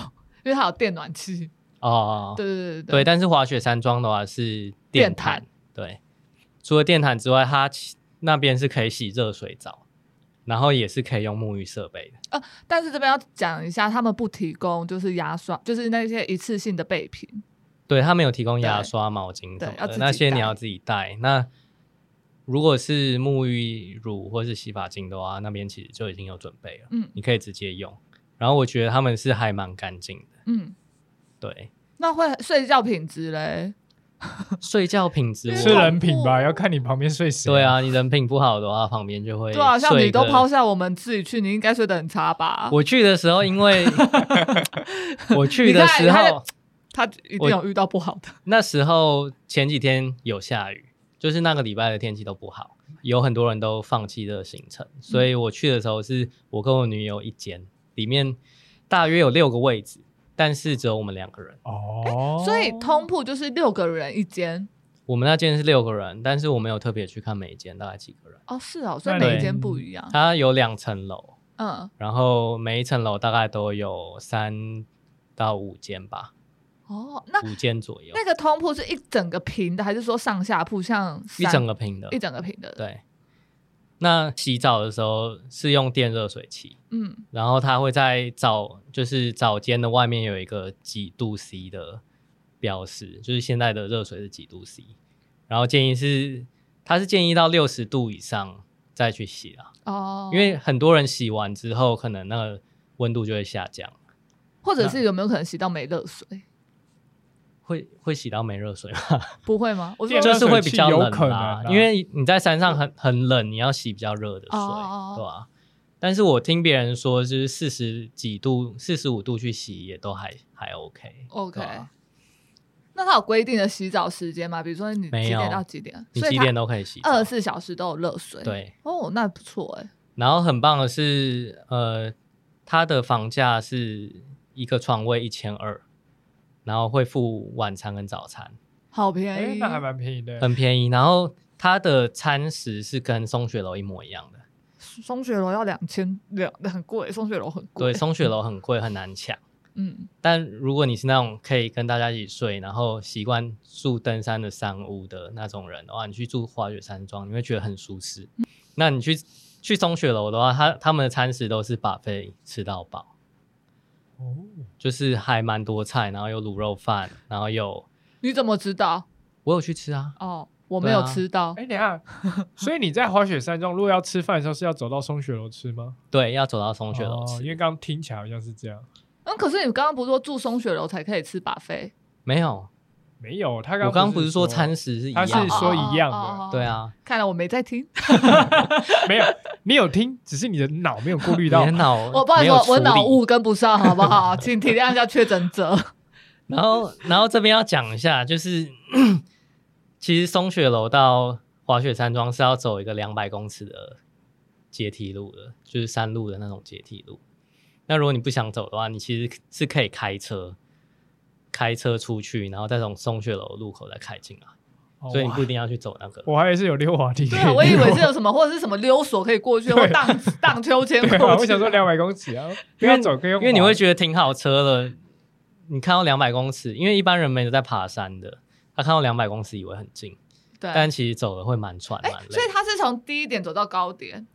[SPEAKER 2] 因为它有电暖气。
[SPEAKER 1] 哦，
[SPEAKER 2] 对对对
[SPEAKER 1] 对，但是滑雪山庄的话是
[SPEAKER 2] 电
[SPEAKER 1] 电
[SPEAKER 2] 毯
[SPEAKER 1] 毯，对，除了电毯之外，它其那边是可以洗热水澡，然后也是可以用沐浴设备的。
[SPEAKER 2] 但是这边要讲一下，他们不提供就是牙刷，就是那些一次性的备品。对
[SPEAKER 1] 对，它没有提供牙
[SPEAKER 2] 对
[SPEAKER 1] 刷、毛巾
[SPEAKER 2] 对
[SPEAKER 1] 什么
[SPEAKER 2] 要自
[SPEAKER 1] 的，
[SPEAKER 2] 己
[SPEAKER 1] 那些
[SPEAKER 2] 带
[SPEAKER 1] 你要自己带。那如果是沐浴乳或是洗发精的话，那边其实就已经有准备了，
[SPEAKER 2] 嗯
[SPEAKER 1] 你可以直接用。然后我觉得他们是还蛮干净的，
[SPEAKER 2] 嗯，
[SPEAKER 1] 对。
[SPEAKER 2] 那会睡觉品质嘞？
[SPEAKER 1] 睡觉品质我，
[SPEAKER 3] 是
[SPEAKER 2] 了
[SPEAKER 3] 人品吧？
[SPEAKER 2] 恐怖
[SPEAKER 3] 要看你旁边睡谁。
[SPEAKER 1] 对，啊，你人品不好的话，旁边就会
[SPEAKER 2] 对啊，像
[SPEAKER 1] 哎睡
[SPEAKER 2] 你都
[SPEAKER 1] 个
[SPEAKER 2] 抛下我们自己去，你应该睡得很差吧？
[SPEAKER 1] 我去的时候，因 为我去的
[SPEAKER 2] 你
[SPEAKER 1] 时
[SPEAKER 2] 看
[SPEAKER 1] 候
[SPEAKER 2] 他，他一定
[SPEAKER 1] 我
[SPEAKER 2] 有遇到不好的。
[SPEAKER 1] 那时候前几天有下雨，就是那个礼拜的天气都不好，有很多人都放弃这个行程，
[SPEAKER 2] 嗯
[SPEAKER 1] 所以我去的时候是我跟我女友一间，里面大约有六个位置，但是只有我们两个人。
[SPEAKER 3] 哦，
[SPEAKER 2] 所以通铺就是六个人一间
[SPEAKER 1] 我们那间是六个人，但是我没有特别去看每一间大概几个人。
[SPEAKER 2] 哦，是哦，所以
[SPEAKER 3] 那
[SPEAKER 2] 每一
[SPEAKER 1] 你
[SPEAKER 2] 间不一样。
[SPEAKER 1] 它有两层楼，
[SPEAKER 2] 嗯，
[SPEAKER 1] 然后每一层楼大概都有三到五间吧，
[SPEAKER 2] 哦，那
[SPEAKER 1] 五间左右
[SPEAKER 2] 那，个通铺是一整个平的，还是说上下铺像
[SPEAKER 1] 一
[SPEAKER 2] 山
[SPEAKER 1] 整个平的，
[SPEAKER 2] 一整个平的？，
[SPEAKER 1] 对，那洗澡的时候是用电热水器，
[SPEAKER 2] 嗯，
[SPEAKER 1] 然后它会在澡就是澡间的外面有一个几度 C 的标识，就是现在的热水是几度 C，然后建议是，他是建议到六十度以上再去洗啊，
[SPEAKER 2] 哦，
[SPEAKER 1] 因为很多人洗完之后，可能那个温度就会下降，
[SPEAKER 2] 或者是有没有可能洗到没热水？
[SPEAKER 1] 会会洗到没热水吗？
[SPEAKER 2] 不会吗？我说
[SPEAKER 3] 电热
[SPEAKER 1] 就
[SPEAKER 3] 水
[SPEAKER 1] 是会比较冷
[SPEAKER 3] 有可能啊
[SPEAKER 1] 因为你在山上很很冷，你要洗比较热的水，
[SPEAKER 2] 哦
[SPEAKER 1] 对吧、啊但是我听别人说，就是四十几度、四十五度去洗也都还还 OK。
[SPEAKER 2] OK
[SPEAKER 1] 对啊。
[SPEAKER 2] 那它有规定的洗澡时间吗？比如说你几
[SPEAKER 1] 没有
[SPEAKER 2] 点到几点？
[SPEAKER 1] 你
[SPEAKER 2] 所以
[SPEAKER 1] 几
[SPEAKER 2] 它
[SPEAKER 1] 点都可以洗澡，
[SPEAKER 2] 二十四小时都有热水。，
[SPEAKER 1] 对。
[SPEAKER 2] 哦，那不错哎、
[SPEAKER 1] 然后很棒的是，呃，它的房价是一个床位一千二，然后会附晚餐跟早餐，
[SPEAKER 2] 好
[SPEAKER 3] 哎、
[SPEAKER 2] 便宜，
[SPEAKER 3] 那还蛮便宜的。
[SPEAKER 1] 很便宜。然后它的餐食是跟松雪楼一模一样的，
[SPEAKER 2] 松雪楼要两千两，很贵，松雪楼很
[SPEAKER 1] 对，
[SPEAKER 2] 贵。
[SPEAKER 1] 松雪楼很贵，很难抢。
[SPEAKER 2] 嗯，
[SPEAKER 1] 但如果你是那种可以跟大家一起睡，然后习惯住登山的山屋的那种人的话，你去住滑雪山庄，你会觉得很舒适。那你去去松雪楼的话，他他们的餐食都是把费吃到饱，
[SPEAKER 3] 哦，
[SPEAKER 1] 就是还蛮多菜，然后有卤肉饭，然后有
[SPEAKER 2] 你怎么知道？
[SPEAKER 1] 我有去吃啊，
[SPEAKER 2] 哦，我没有
[SPEAKER 1] 对啊
[SPEAKER 2] 吃到。
[SPEAKER 3] 哎、等一下，所以你在滑雪山庄如果要吃饭的时候，是要走到松雪楼吃吗？
[SPEAKER 1] 对，要走到松雪楼
[SPEAKER 3] 哦，因
[SPEAKER 1] 吃，
[SPEAKER 3] 为刚刚听起来好像是这样。
[SPEAKER 2] 嗯，可是你刚刚不是说住松雪楼才可以吃把费？
[SPEAKER 1] 没有，
[SPEAKER 3] 没有，他刚
[SPEAKER 1] 我刚刚不是说
[SPEAKER 3] 说
[SPEAKER 1] 餐食是一
[SPEAKER 3] 他
[SPEAKER 1] 样
[SPEAKER 3] 是
[SPEAKER 1] 的，
[SPEAKER 3] 说一
[SPEAKER 2] 哦
[SPEAKER 3] 样的
[SPEAKER 1] 对，啊，
[SPEAKER 2] 看来我没在听。
[SPEAKER 3] 没有，你有听，只是你的脑没有过滤
[SPEAKER 1] 你
[SPEAKER 3] 到
[SPEAKER 1] 的。脑
[SPEAKER 2] 我哦不好
[SPEAKER 1] 没
[SPEAKER 2] 意思，
[SPEAKER 1] 有
[SPEAKER 2] 我我
[SPEAKER 1] 处
[SPEAKER 2] 脑
[SPEAKER 1] 理
[SPEAKER 2] 雾跟不上，好不好？请体谅一下确诊者。
[SPEAKER 1] 然后，然后这边要讲一下，就是 其实松雪楼到滑雪山庄是要走一个两百公尺的阶梯路的，就是山路的那种阶梯路。那如果你不想走的话，你其实是可以开车，开车出去，然后再从松雪楼路口再开进来，
[SPEAKER 3] 哦
[SPEAKER 1] 所以你
[SPEAKER 3] 我
[SPEAKER 1] 不一定要去走那个。
[SPEAKER 3] 我还以为是有溜滑梯可
[SPEAKER 2] 对
[SPEAKER 3] 溜。
[SPEAKER 2] 啊，我以为是有什么或者是什么溜索可以过去，或荡荡秋千
[SPEAKER 3] 对
[SPEAKER 2] 过
[SPEAKER 3] 啊，
[SPEAKER 2] 去。
[SPEAKER 3] 我想说两百公尺啊，不
[SPEAKER 1] 因为
[SPEAKER 3] 要走，可以用
[SPEAKER 1] 因为你
[SPEAKER 3] 滑
[SPEAKER 1] 会觉得停好车了，你看到两百公尺，因为一般人没有在爬山的，他看到两百公尺以为很近，
[SPEAKER 3] 哎
[SPEAKER 2] 对，
[SPEAKER 1] 但其实走了会蛮喘
[SPEAKER 2] 哎
[SPEAKER 1] 蛮累，的。
[SPEAKER 2] 所以他是从低点走到高点。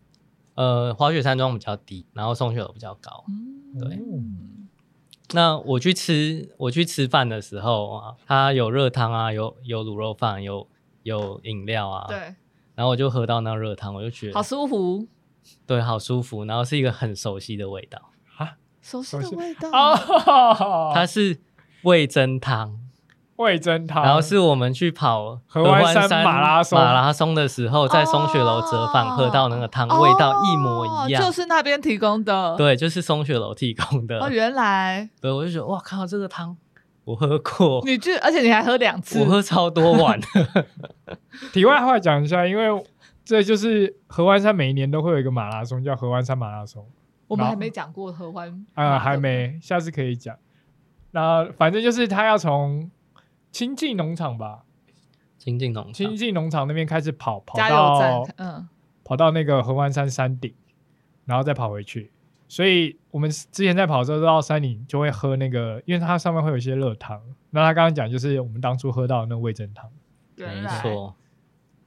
[SPEAKER 1] 呃，滑雪山庄比较低，然后松雪楼比较高。
[SPEAKER 2] 嗯，
[SPEAKER 1] 对
[SPEAKER 2] 嗯
[SPEAKER 1] 那我去吃我去吃饭的时候啊，它有热汤啊，有有卤肉饭，有有饮料啊。。
[SPEAKER 2] 对，
[SPEAKER 1] 然后我就喝到那热汤，我就觉
[SPEAKER 2] 好
[SPEAKER 1] 得
[SPEAKER 2] 舒服，
[SPEAKER 1] 对，好舒服。然后是一个很熟悉的味道，
[SPEAKER 2] 熟悉的
[SPEAKER 3] 熟悉
[SPEAKER 2] 味道。
[SPEAKER 3] 哦，
[SPEAKER 1] 它是味噌汤，
[SPEAKER 3] 味噌汤，
[SPEAKER 1] 然后是我们去跑
[SPEAKER 3] 合欢山
[SPEAKER 1] 山
[SPEAKER 3] 马拉松
[SPEAKER 1] 马拉松的时候，在松雪楼折返
[SPEAKER 2] 哦
[SPEAKER 1] 喝到那个汤，味道一模一样。
[SPEAKER 2] 哦就是那边提供的。，
[SPEAKER 1] 对，就是松雪楼提供的
[SPEAKER 2] 哦，。原来
[SPEAKER 1] 对，我就觉得哇靠，这个汤我喝过，
[SPEAKER 2] 你去，而且你还喝两次
[SPEAKER 1] 我，喝超多 碗，
[SPEAKER 3] 题外话讲一下，因为这就是合欢山每一年都会有一个马拉松，叫合欢山马拉松
[SPEAKER 2] 我们还没讲过合欢嗯
[SPEAKER 3] 啊、还。没，下次可以讲。那反正就是他要从亲近农场吧，
[SPEAKER 1] 亲近农
[SPEAKER 3] 亲
[SPEAKER 1] 场，
[SPEAKER 3] 近农场那边开始跑，跑
[SPEAKER 2] 加油
[SPEAKER 3] 到
[SPEAKER 2] 站，嗯，
[SPEAKER 3] 跑到那个合欢山山顶，然后再跑回去。所以我们之前在跑的时候到山顶就会喝那个，因为它上面会有一些热汤。那他刚刚讲就是我们当初喝到的那个味噌汤，
[SPEAKER 2] 原
[SPEAKER 1] 没
[SPEAKER 2] 来。
[SPEAKER 1] 错，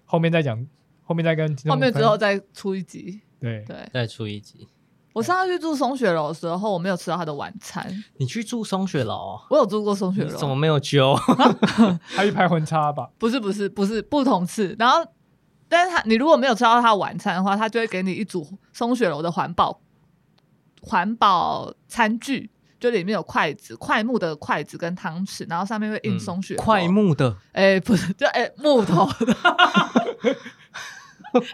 [SPEAKER 3] 后面再讲，后面再跟听众
[SPEAKER 2] 后面
[SPEAKER 3] 分
[SPEAKER 2] 之后再出一集。
[SPEAKER 3] 对
[SPEAKER 2] 对，
[SPEAKER 1] 再出一集。
[SPEAKER 2] 我上次去住松雪楼的时候，我没有吃到他的晚餐。
[SPEAKER 1] 你去住松雪楼，哦
[SPEAKER 2] 我有住过松雪
[SPEAKER 1] 你怎么
[SPEAKER 2] 楼，
[SPEAKER 1] 没有 揪？
[SPEAKER 3] 还有一排婚纱吧。
[SPEAKER 2] 不是不是不是不同次。然后，但是他你如果没有吃到他的晚餐的话，他就会给你一组松雪楼的环保环保餐具，就里面有筷子、快木的筷子跟汤匙，然后上面会印松雪楼
[SPEAKER 1] 快。嗯木的，
[SPEAKER 2] 哎、不是，就哎、木头，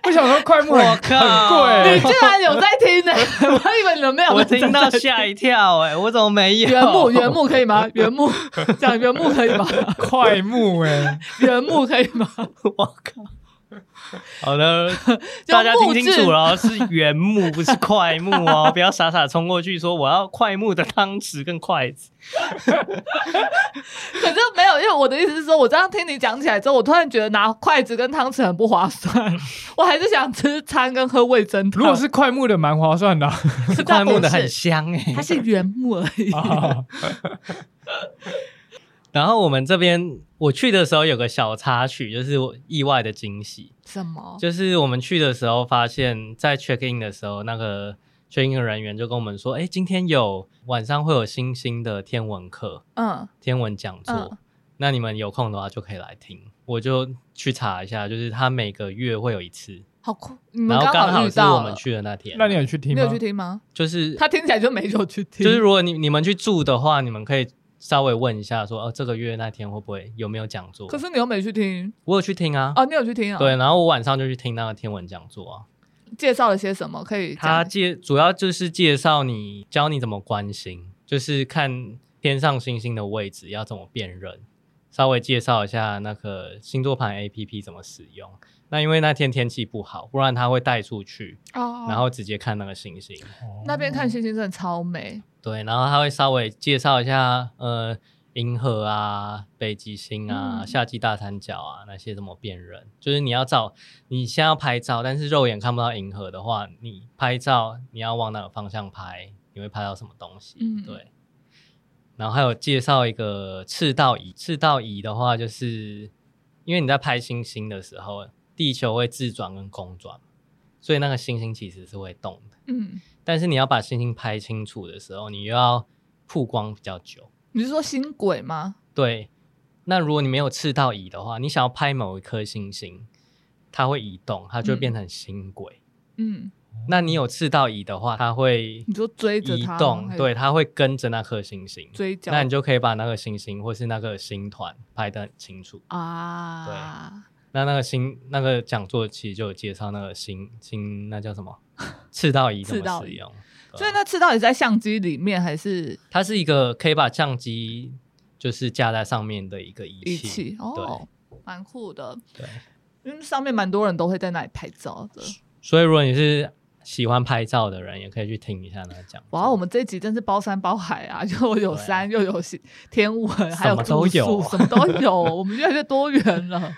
[SPEAKER 3] 我想说快 木很
[SPEAKER 1] 我
[SPEAKER 3] 很
[SPEAKER 1] 靠
[SPEAKER 3] 贵、
[SPEAKER 2] 你居然有在 听呢、我以为你们没有。
[SPEAKER 1] 我听 到吓一跳，哎，我怎么没有？
[SPEAKER 2] 原 木，原木可以吗？原木讲原木可以吗？
[SPEAKER 3] 快木哎、
[SPEAKER 2] 原木可以吗？
[SPEAKER 1] 我靠！好的， 大家听清楚了哦，是原 木，不是快木哦，不要傻傻冲过去说我要快木的汤匙跟筷子。
[SPEAKER 2] 可是没有，因为我的意思是说，我这样听你讲起来之后，我突然觉得拿筷子跟汤匙很不划算，我还是想吃餐跟喝味噌汤。
[SPEAKER 3] 如果是快木的，蛮划算的啊、
[SPEAKER 1] 是快木的
[SPEAKER 2] 那不是
[SPEAKER 1] 很香哎，
[SPEAKER 2] 它是原木而已，
[SPEAKER 3] 啊
[SPEAKER 1] 然后我们这边我去的时候有个小插曲，就是我意外的惊喜。
[SPEAKER 2] 什么？
[SPEAKER 1] 就是我们去的时候，发现在 check in 的时候，那个 check in 的人员就跟我们说，哎、今天有晚上会有星星的天文课、
[SPEAKER 2] 嗯
[SPEAKER 1] 天文讲座。
[SPEAKER 2] 嗯
[SPEAKER 1] 那你们有空的话就可以来听，我就去查一下，就是他每个月会有一次，
[SPEAKER 2] 好酷！你们
[SPEAKER 1] 然后刚
[SPEAKER 2] 好遇
[SPEAKER 1] 是我
[SPEAKER 2] 到
[SPEAKER 1] 们
[SPEAKER 2] 了，
[SPEAKER 1] 去的那天。
[SPEAKER 3] 那你有去听
[SPEAKER 2] 你
[SPEAKER 3] 吗？
[SPEAKER 2] 有去听吗？
[SPEAKER 1] 就是
[SPEAKER 2] 他听起来就没有去听，
[SPEAKER 1] 就是如果你你们去住的话，你们可以稍微问一下说，哦，这个月那天会不会有没有讲座？
[SPEAKER 2] 可是你又没去听
[SPEAKER 1] 我有去听啊，
[SPEAKER 2] 哦，你有去听啊？
[SPEAKER 1] 对，，然后我晚上就去听那个天文讲座啊。
[SPEAKER 2] 介绍了些什么？可以讲
[SPEAKER 1] 他介主要就是介绍你，教你怎么观星，就是看天上星星的位置要怎么辨认，稍微介绍一下那个星座盘 A P P 怎么使用。那因为那天天气不好，不然他会带出去，
[SPEAKER 2] 哦，
[SPEAKER 1] 然后直接看那个星星。
[SPEAKER 3] 哦
[SPEAKER 2] 那边看星星真的超美，
[SPEAKER 1] 对，然后他会稍微介绍一下，呃，银河啊、北极星啊、
[SPEAKER 2] 嗯
[SPEAKER 1] 夏季大三角啊那些怎么辨认。就是你要照，你先要拍照，但是肉眼看不到银河的话，你拍照你要往哪个方向拍，你会拍到什么东西？
[SPEAKER 2] 嗯
[SPEAKER 1] 对。然后还有介绍一个赤道仪，赤道仪的话，就是因为你在拍星星的时候，地球会自转跟公转，所以那个星星其实是会动的。
[SPEAKER 2] 嗯，
[SPEAKER 1] 但是你要把星星拍清楚的时候，你又要曝光比较久。
[SPEAKER 2] 你是说星轨吗？
[SPEAKER 1] 对，那如果你没有赤道仪的话，你想要拍某一颗星星，它会移动，它就会变成星轨。
[SPEAKER 2] 嗯，
[SPEAKER 1] 那你有赤道仪的话，它会
[SPEAKER 2] 你说追着
[SPEAKER 1] 移
[SPEAKER 2] 它吗
[SPEAKER 1] 动，
[SPEAKER 2] 还是
[SPEAKER 1] 对，它会跟着那颗星星。
[SPEAKER 2] 追角
[SPEAKER 1] 那你就可以把那个星星或是那个星团拍得很清楚。
[SPEAKER 2] 啊，
[SPEAKER 1] 那那个星那个讲座其实就有介绍那个星星，那叫什 么赤道仪怎
[SPEAKER 2] 赤道
[SPEAKER 1] 么
[SPEAKER 2] 仪
[SPEAKER 1] 使用。对
[SPEAKER 2] 所以那次到底在相机里面还是
[SPEAKER 1] 它是一个可以把相机就是架在上面的一个仪器。
[SPEAKER 2] 仪器？哦，蛮酷的，
[SPEAKER 1] 对对，
[SPEAKER 2] 因为上面蛮多人都会在那里拍照的。
[SPEAKER 1] 所以如果你是喜欢拍照的人，也可以去听一下那个讲座。
[SPEAKER 2] 哇，我们这一集真是包山包海啊， 又有
[SPEAKER 1] 对啊
[SPEAKER 2] 山，又有西天文，还
[SPEAKER 1] 什
[SPEAKER 2] 有
[SPEAKER 1] 么都
[SPEAKER 2] 住宿
[SPEAKER 1] 有
[SPEAKER 2] 什么都有，我们越来越多元了。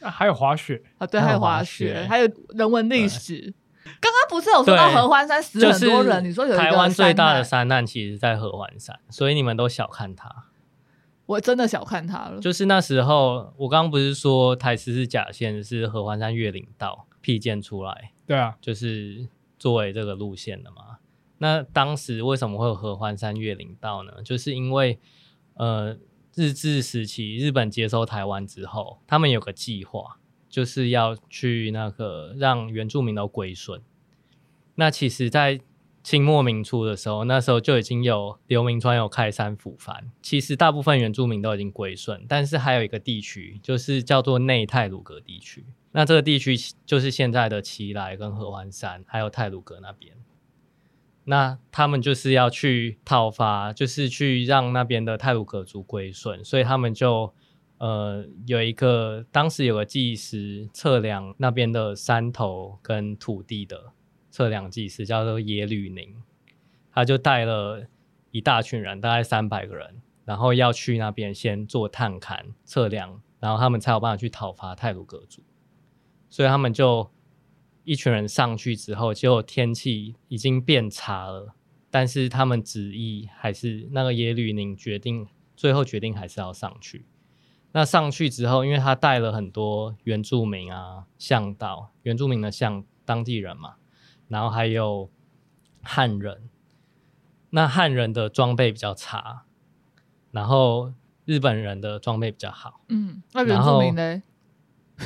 [SPEAKER 3] 那还有滑雪，
[SPEAKER 2] 啊，对，
[SPEAKER 1] 还
[SPEAKER 2] 还
[SPEAKER 1] 有
[SPEAKER 2] 有滑
[SPEAKER 1] 滑
[SPEAKER 2] 雪
[SPEAKER 1] 雪，
[SPEAKER 2] 还有人文历
[SPEAKER 1] 对
[SPEAKER 2] 史。刚刚不是有说到
[SPEAKER 1] 对
[SPEAKER 2] 合欢山死
[SPEAKER 1] 就
[SPEAKER 2] 很
[SPEAKER 1] 是
[SPEAKER 2] 多人？你说有一个
[SPEAKER 1] 台湾最大的
[SPEAKER 2] 山
[SPEAKER 1] 山难，其实在合欢山，所以你们都小看它。
[SPEAKER 2] 难，我真的小看他了。
[SPEAKER 1] 就是那时候，我刚刚不是说台十四甲线是合欢山越岭道辟建出来，
[SPEAKER 3] 对啊，
[SPEAKER 1] 就是作为这个路线的嘛。那当时为什么会有合欢山越岭道呢？就是因为呃日治时期日本接收台湾之后，他们有个计划，就是要去那个让原住民都归顺。那其实，在清末民初的时候，那时候就已经有刘铭传有开山抚番，其实大部分原住民都已经归顺，但是还有一个地区就是叫做内泰鲁阁地区。那这个地区就是现在的奇莱跟合欢山，还有泰鲁阁那边。那他们就是要去讨伐，就是去让那边的泰鲁阁族归顺，所以他们就呃有一个当时有个技师测量那边的山头跟土地的测量技师，叫做耶律宁，他就带了一大群人，大概三百个人，然后要去那边先做探勘测量，然后他们才有办法去讨伐泰鲁阁族。所以他们就一群人上去之后，结果天气已经变差了，但是他们执意还是那个耶律宁决定，最后决定还是要上去。那上去之后，因为他带了很多原住民啊、向导、原住民的向当地人嘛，然后还有汉人。那汉人的装备比较差，然后日本人的装备比较好。
[SPEAKER 2] 嗯，那原
[SPEAKER 1] 然
[SPEAKER 2] 住
[SPEAKER 1] 后
[SPEAKER 2] 民嘞？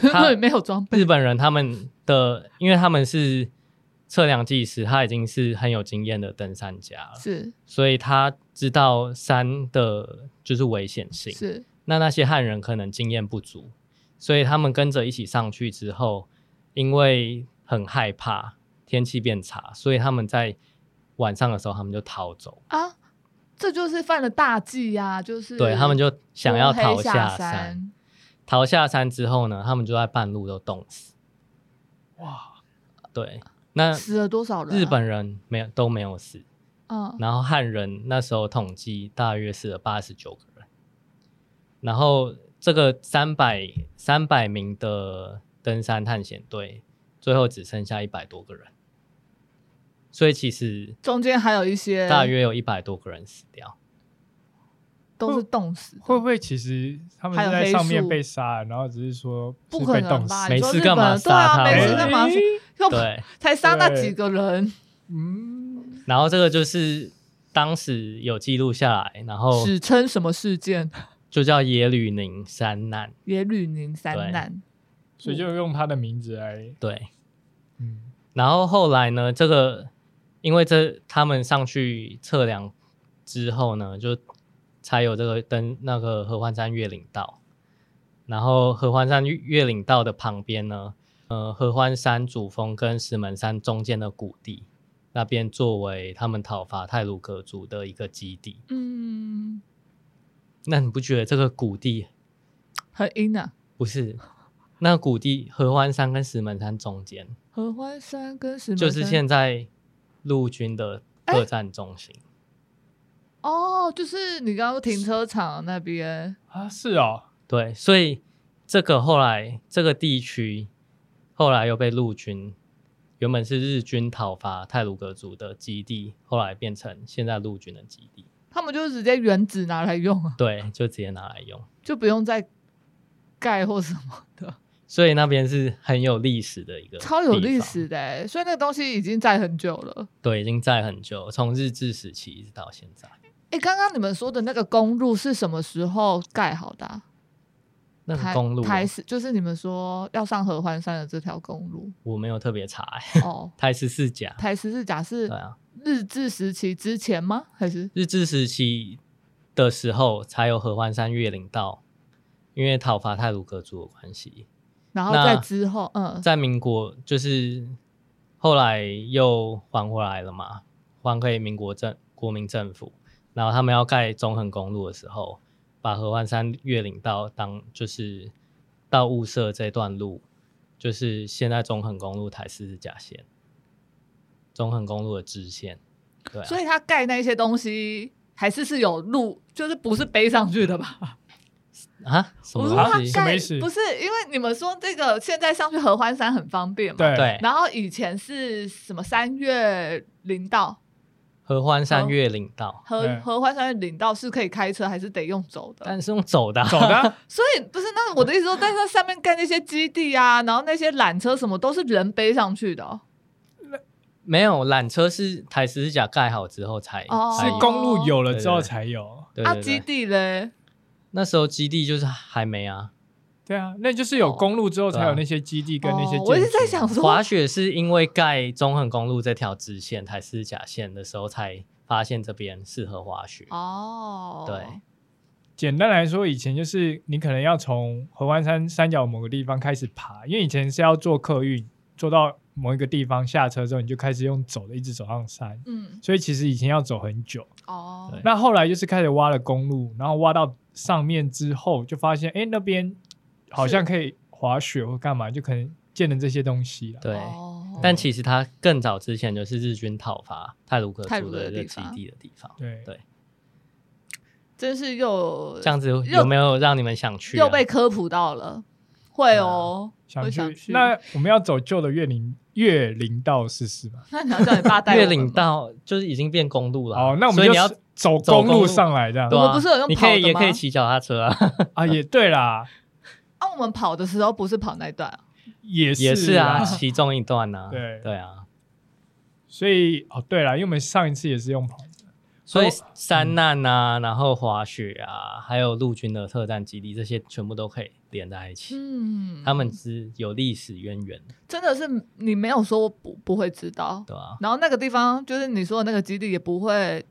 [SPEAKER 2] 那里 没有装备
[SPEAKER 1] 日本人他们的，因为他们是测量技师，他已经是很有经验的登山家了，
[SPEAKER 2] 是
[SPEAKER 1] 所以他知道山的就是危险性。
[SPEAKER 2] 是，
[SPEAKER 1] 那那些汉人可能经验不足，所以他们跟着一起上去之后，因为很害怕天气变差，所以他们在晚上的时候他们就逃走，
[SPEAKER 2] 啊，这就是犯了大忌呀、就是
[SPEAKER 1] 对他们就想要
[SPEAKER 2] 摸黑
[SPEAKER 1] 逃
[SPEAKER 2] 下
[SPEAKER 1] 山。，
[SPEAKER 2] 嗯
[SPEAKER 1] 逃下山之后呢，他们就在半路都冻死。
[SPEAKER 3] 哇，
[SPEAKER 1] 对，那
[SPEAKER 2] 死了啊多少人、
[SPEAKER 1] 日，本人没有都没有死，
[SPEAKER 2] 嗯，
[SPEAKER 1] 然后汉人那时候统计大约死了八十九个人，然后这个三百三百名的登山探险队，最后只剩下一百多个人，所以其实
[SPEAKER 2] 中间还有一些
[SPEAKER 1] 大约有一百多个人死掉。
[SPEAKER 2] 都是冻死
[SPEAKER 1] 嗯
[SPEAKER 2] 的，
[SPEAKER 3] 会不会其实他们
[SPEAKER 2] 还有
[SPEAKER 3] 是在
[SPEAKER 2] 黑
[SPEAKER 3] 上面
[SPEAKER 2] 树
[SPEAKER 3] 被杀，然后只是说
[SPEAKER 2] 不
[SPEAKER 3] 是
[SPEAKER 2] 可
[SPEAKER 3] 被
[SPEAKER 2] 能
[SPEAKER 3] 冻死
[SPEAKER 2] 吧？
[SPEAKER 1] 没
[SPEAKER 2] 你说
[SPEAKER 1] 事
[SPEAKER 2] 日
[SPEAKER 1] 干嘛
[SPEAKER 2] 本对
[SPEAKER 1] 杀他
[SPEAKER 2] 啊，没
[SPEAKER 1] 们
[SPEAKER 2] 事干嘛
[SPEAKER 3] 哎？
[SPEAKER 2] 又
[SPEAKER 1] 对，
[SPEAKER 2] 才杀那
[SPEAKER 3] 对
[SPEAKER 2] 几个人，
[SPEAKER 3] 嗯，
[SPEAKER 1] 然后这个就是当时有记录下来，然后
[SPEAKER 2] 史称什么事件？
[SPEAKER 1] 就叫耶律宁三难。
[SPEAKER 2] 耶律宁三难，
[SPEAKER 3] 所以就用他的名字来，
[SPEAKER 1] 对，
[SPEAKER 3] 嗯，
[SPEAKER 1] 然后后来呢，这个因为这他们上去测量之后呢，就才有这个登那个合欢山越岭道。然后合欢山越越岭道的旁边呢，呃，合欢山主峰跟石门山中间的谷地那边作为他们讨伐泰鲁格族的一个基地。
[SPEAKER 2] 嗯，
[SPEAKER 1] 那你不觉得这个谷地
[SPEAKER 2] 很阴啊。
[SPEAKER 1] 不是？ 那谷地合欢山跟石门山中间，
[SPEAKER 2] 合欢山跟石门
[SPEAKER 1] 就是
[SPEAKER 2] 山
[SPEAKER 1] 现在陆军的特战中心。
[SPEAKER 2] 哦，就是你刚刚停车场那边，
[SPEAKER 3] 啊，是哦，
[SPEAKER 1] 对，所以这个后来这个地区后来又被陆军，原本是日军讨伐泰鲁格族的基地，后来变成现在陆军的基地。
[SPEAKER 2] 他们就直接原址拿来用啊，
[SPEAKER 1] 对，就直接拿来用，
[SPEAKER 2] 就不用再盖或什么的，
[SPEAKER 1] 所以那边是很有历史的一个，
[SPEAKER 2] 超有历。史的欸、所以那个东西已经在很久了。
[SPEAKER 1] 对，已经在很久，从日治时期一直到现在。
[SPEAKER 2] 哎、刚刚你们说的那个公路是什么时候盖好的、啊？
[SPEAKER 1] 那个
[SPEAKER 2] 台
[SPEAKER 1] 公路哦
[SPEAKER 2] 台是就是你们说要上合欢山的这条 公路
[SPEAKER 1] 我没有特别查、欸，
[SPEAKER 2] 哦。
[SPEAKER 1] 台十四甲。
[SPEAKER 2] 台十字甲是
[SPEAKER 1] 对啊，
[SPEAKER 2] 日治时期之前吗？还是
[SPEAKER 1] 日治时期的时候才有合欢山越岭道，因为讨伐泰鲁格族的关系，
[SPEAKER 2] 然后
[SPEAKER 1] 那
[SPEAKER 2] 在之后，嗯，
[SPEAKER 1] 在民国就是后来又还回来了嘛，还给民国政国民政府，然后他们要盖中横公路的时候，把合欢山越岭道当就是到雾社这段路，就是现在中横公路台四十甲线，中横公路的支线，对、啊，
[SPEAKER 2] 所以他盖那些东西还是是有路，就是不是背上去的吧？
[SPEAKER 1] 啊什么
[SPEAKER 2] 我说
[SPEAKER 1] 东
[SPEAKER 2] 他
[SPEAKER 1] 西？
[SPEAKER 3] 什么
[SPEAKER 2] 盖
[SPEAKER 3] 意思
[SPEAKER 2] 不是因为你们说这个现在上去合欢山很方便嘛？。
[SPEAKER 3] 对
[SPEAKER 1] 对，
[SPEAKER 2] 然后以前是什么三月林道
[SPEAKER 1] 合欢山越岭道，
[SPEAKER 2] 合
[SPEAKER 3] 嗯
[SPEAKER 2] 合欢山的林道是可以开车还是得用走的？
[SPEAKER 1] 但是用走的啊、
[SPEAKER 3] 走的啊
[SPEAKER 2] 所以不是那我的意思说，但是它上面盖那些基地啊，然后那些缆车什么都是人背上去的哦、
[SPEAKER 1] 没有缆车是台十字架盖好之后才
[SPEAKER 2] 哦
[SPEAKER 1] 才
[SPEAKER 3] 是
[SPEAKER 1] 有
[SPEAKER 3] 公路有了之
[SPEAKER 1] 哎
[SPEAKER 3] 后
[SPEAKER 1] 对对对
[SPEAKER 3] 才有，
[SPEAKER 1] 对
[SPEAKER 2] 啊，
[SPEAKER 1] 对
[SPEAKER 2] 基
[SPEAKER 1] 对，
[SPEAKER 2] 地嘞，
[SPEAKER 1] 那时候基地就是还没啊。
[SPEAKER 3] 对啊，那就是有公路之后才
[SPEAKER 1] 对
[SPEAKER 3] 有
[SPEAKER 1] 啊
[SPEAKER 3] 那些基地跟那些建
[SPEAKER 2] 哦
[SPEAKER 3] 筑。 啊
[SPEAKER 2] 我一直在想说，
[SPEAKER 1] 滑雪是因为盖中横公路这条支线台十字甲线的时候才发现这边适合滑雪。
[SPEAKER 2] 哦，
[SPEAKER 1] 对，
[SPEAKER 3] 简单来说，以前就是你可能要从合欢山山脚某个地方开始爬，因为以前是要坐客运，坐到某一个地方下车之后，你就开始用走的，一直走上山。
[SPEAKER 2] 嗯，
[SPEAKER 3] 所以其实以前要走很久。
[SPEAKER 2] 哦，
[SPEAKER 1] 对
[SPEAKER 3] 那后来就是开始挖了公路，然后挖到上面之后，就发现哎、诶那边好像可以滑雪或干嘛，就可能建了这些东西了。
[SPEAKER 1] 对，
[SPEAKER 2] 哦
[SPEAKER 1] 但其实它更早之前就是日军讨伐泰鲁格
[SPEAKER 2] 泰鲁
[SPEAKER 1] 族
[SPEAKER 2] 格的
[SPEAKER 1] 的一个
[SPEAKER 2] 地
[SPEAKER 1] 基
[SPEAKER 2] 方
[SPEAKER 1] 地的地方。
[SPEAKER 3] 对
[SPEAKER 1] 对，
[SPEAKER 2] 真是又
[SPEAKER 1] 这样子有没有让你们想去啊？啊
[SPEAKER 2] 又被科普到了，会哦。
[SPEAKER 3] 想
[SPEAKER 2] 我
[SPEAKER 3] 去
[SPEAKER 2] 想去
[SPEAKER 3] 那我们要走旧的越岭越岭道试试嘛？
[SPEAKER 2] 那你要叫你爸带我
[SPEAKER 1] 越
[SPEAKER 2] 们吗
[SPEAKER 1] 岭，道就是已经变公路了啊。
[SPEAKER 3] 哦，那我
[SPEAKER 1] 所
[SPEAKER 3] 们
[SPEAKER 1] 以
[SPEAKER 3] 就
[SPEAKER 1] 你要
[SPEAKER 3] 是走
[SPEAKER 1] 走
[SPEAKER 3] 公
[SPEAKER 1] 公
[SPEAKER 3] 路
[SPEAKER 1] 路
[SPEAKER 3] 上来这样
[SPEAKER 1] 对
[SPEAKER 2] 我
[SPEAKER 1] 啊，
[SPEAKER 2] 们不是有用
[SPEAKER 1] 你可以
[SPEAKER 2] 跑的
[SPEAKER 1] 也可以
[SPEAKER 2] 吗
[SPEAKER 1] 骑脚踏车啊。
[SPEAKER 3] 啊，也对啦，
[SPEAKER 2] 啊，我们跑的时候不是跑那一段啊，
[SPEAKER 3] 也是
[SPEAKER 1] 也是啊，
[SPEAKER 3] 啊。
[SPEAKER 1] 其中一段呢、啊，
[SPEAKER 3] 对
[SPEAKER 1] 对啊，
[SPEAKER 3] 所以哦，对了，因为我们上一次也是用跑的，
[SPEAKER 1] 所
[SPEAKER 2] 哦
[SPEAKER 1] 以山难啊，然后滑雪啊，还有陆军的特战基地，这些全部都可以连在一起。
[SPEAKER 2] 嗯，
[SPEAKER 1] 他们是有历史渊源的，
[SPEAKER 2] 真的是你没有说，我不不会知道。
[SPEAKER 1] 对啊吧、
[SPEAKER 2] 然后那个地方就是你说的那个基地，也不会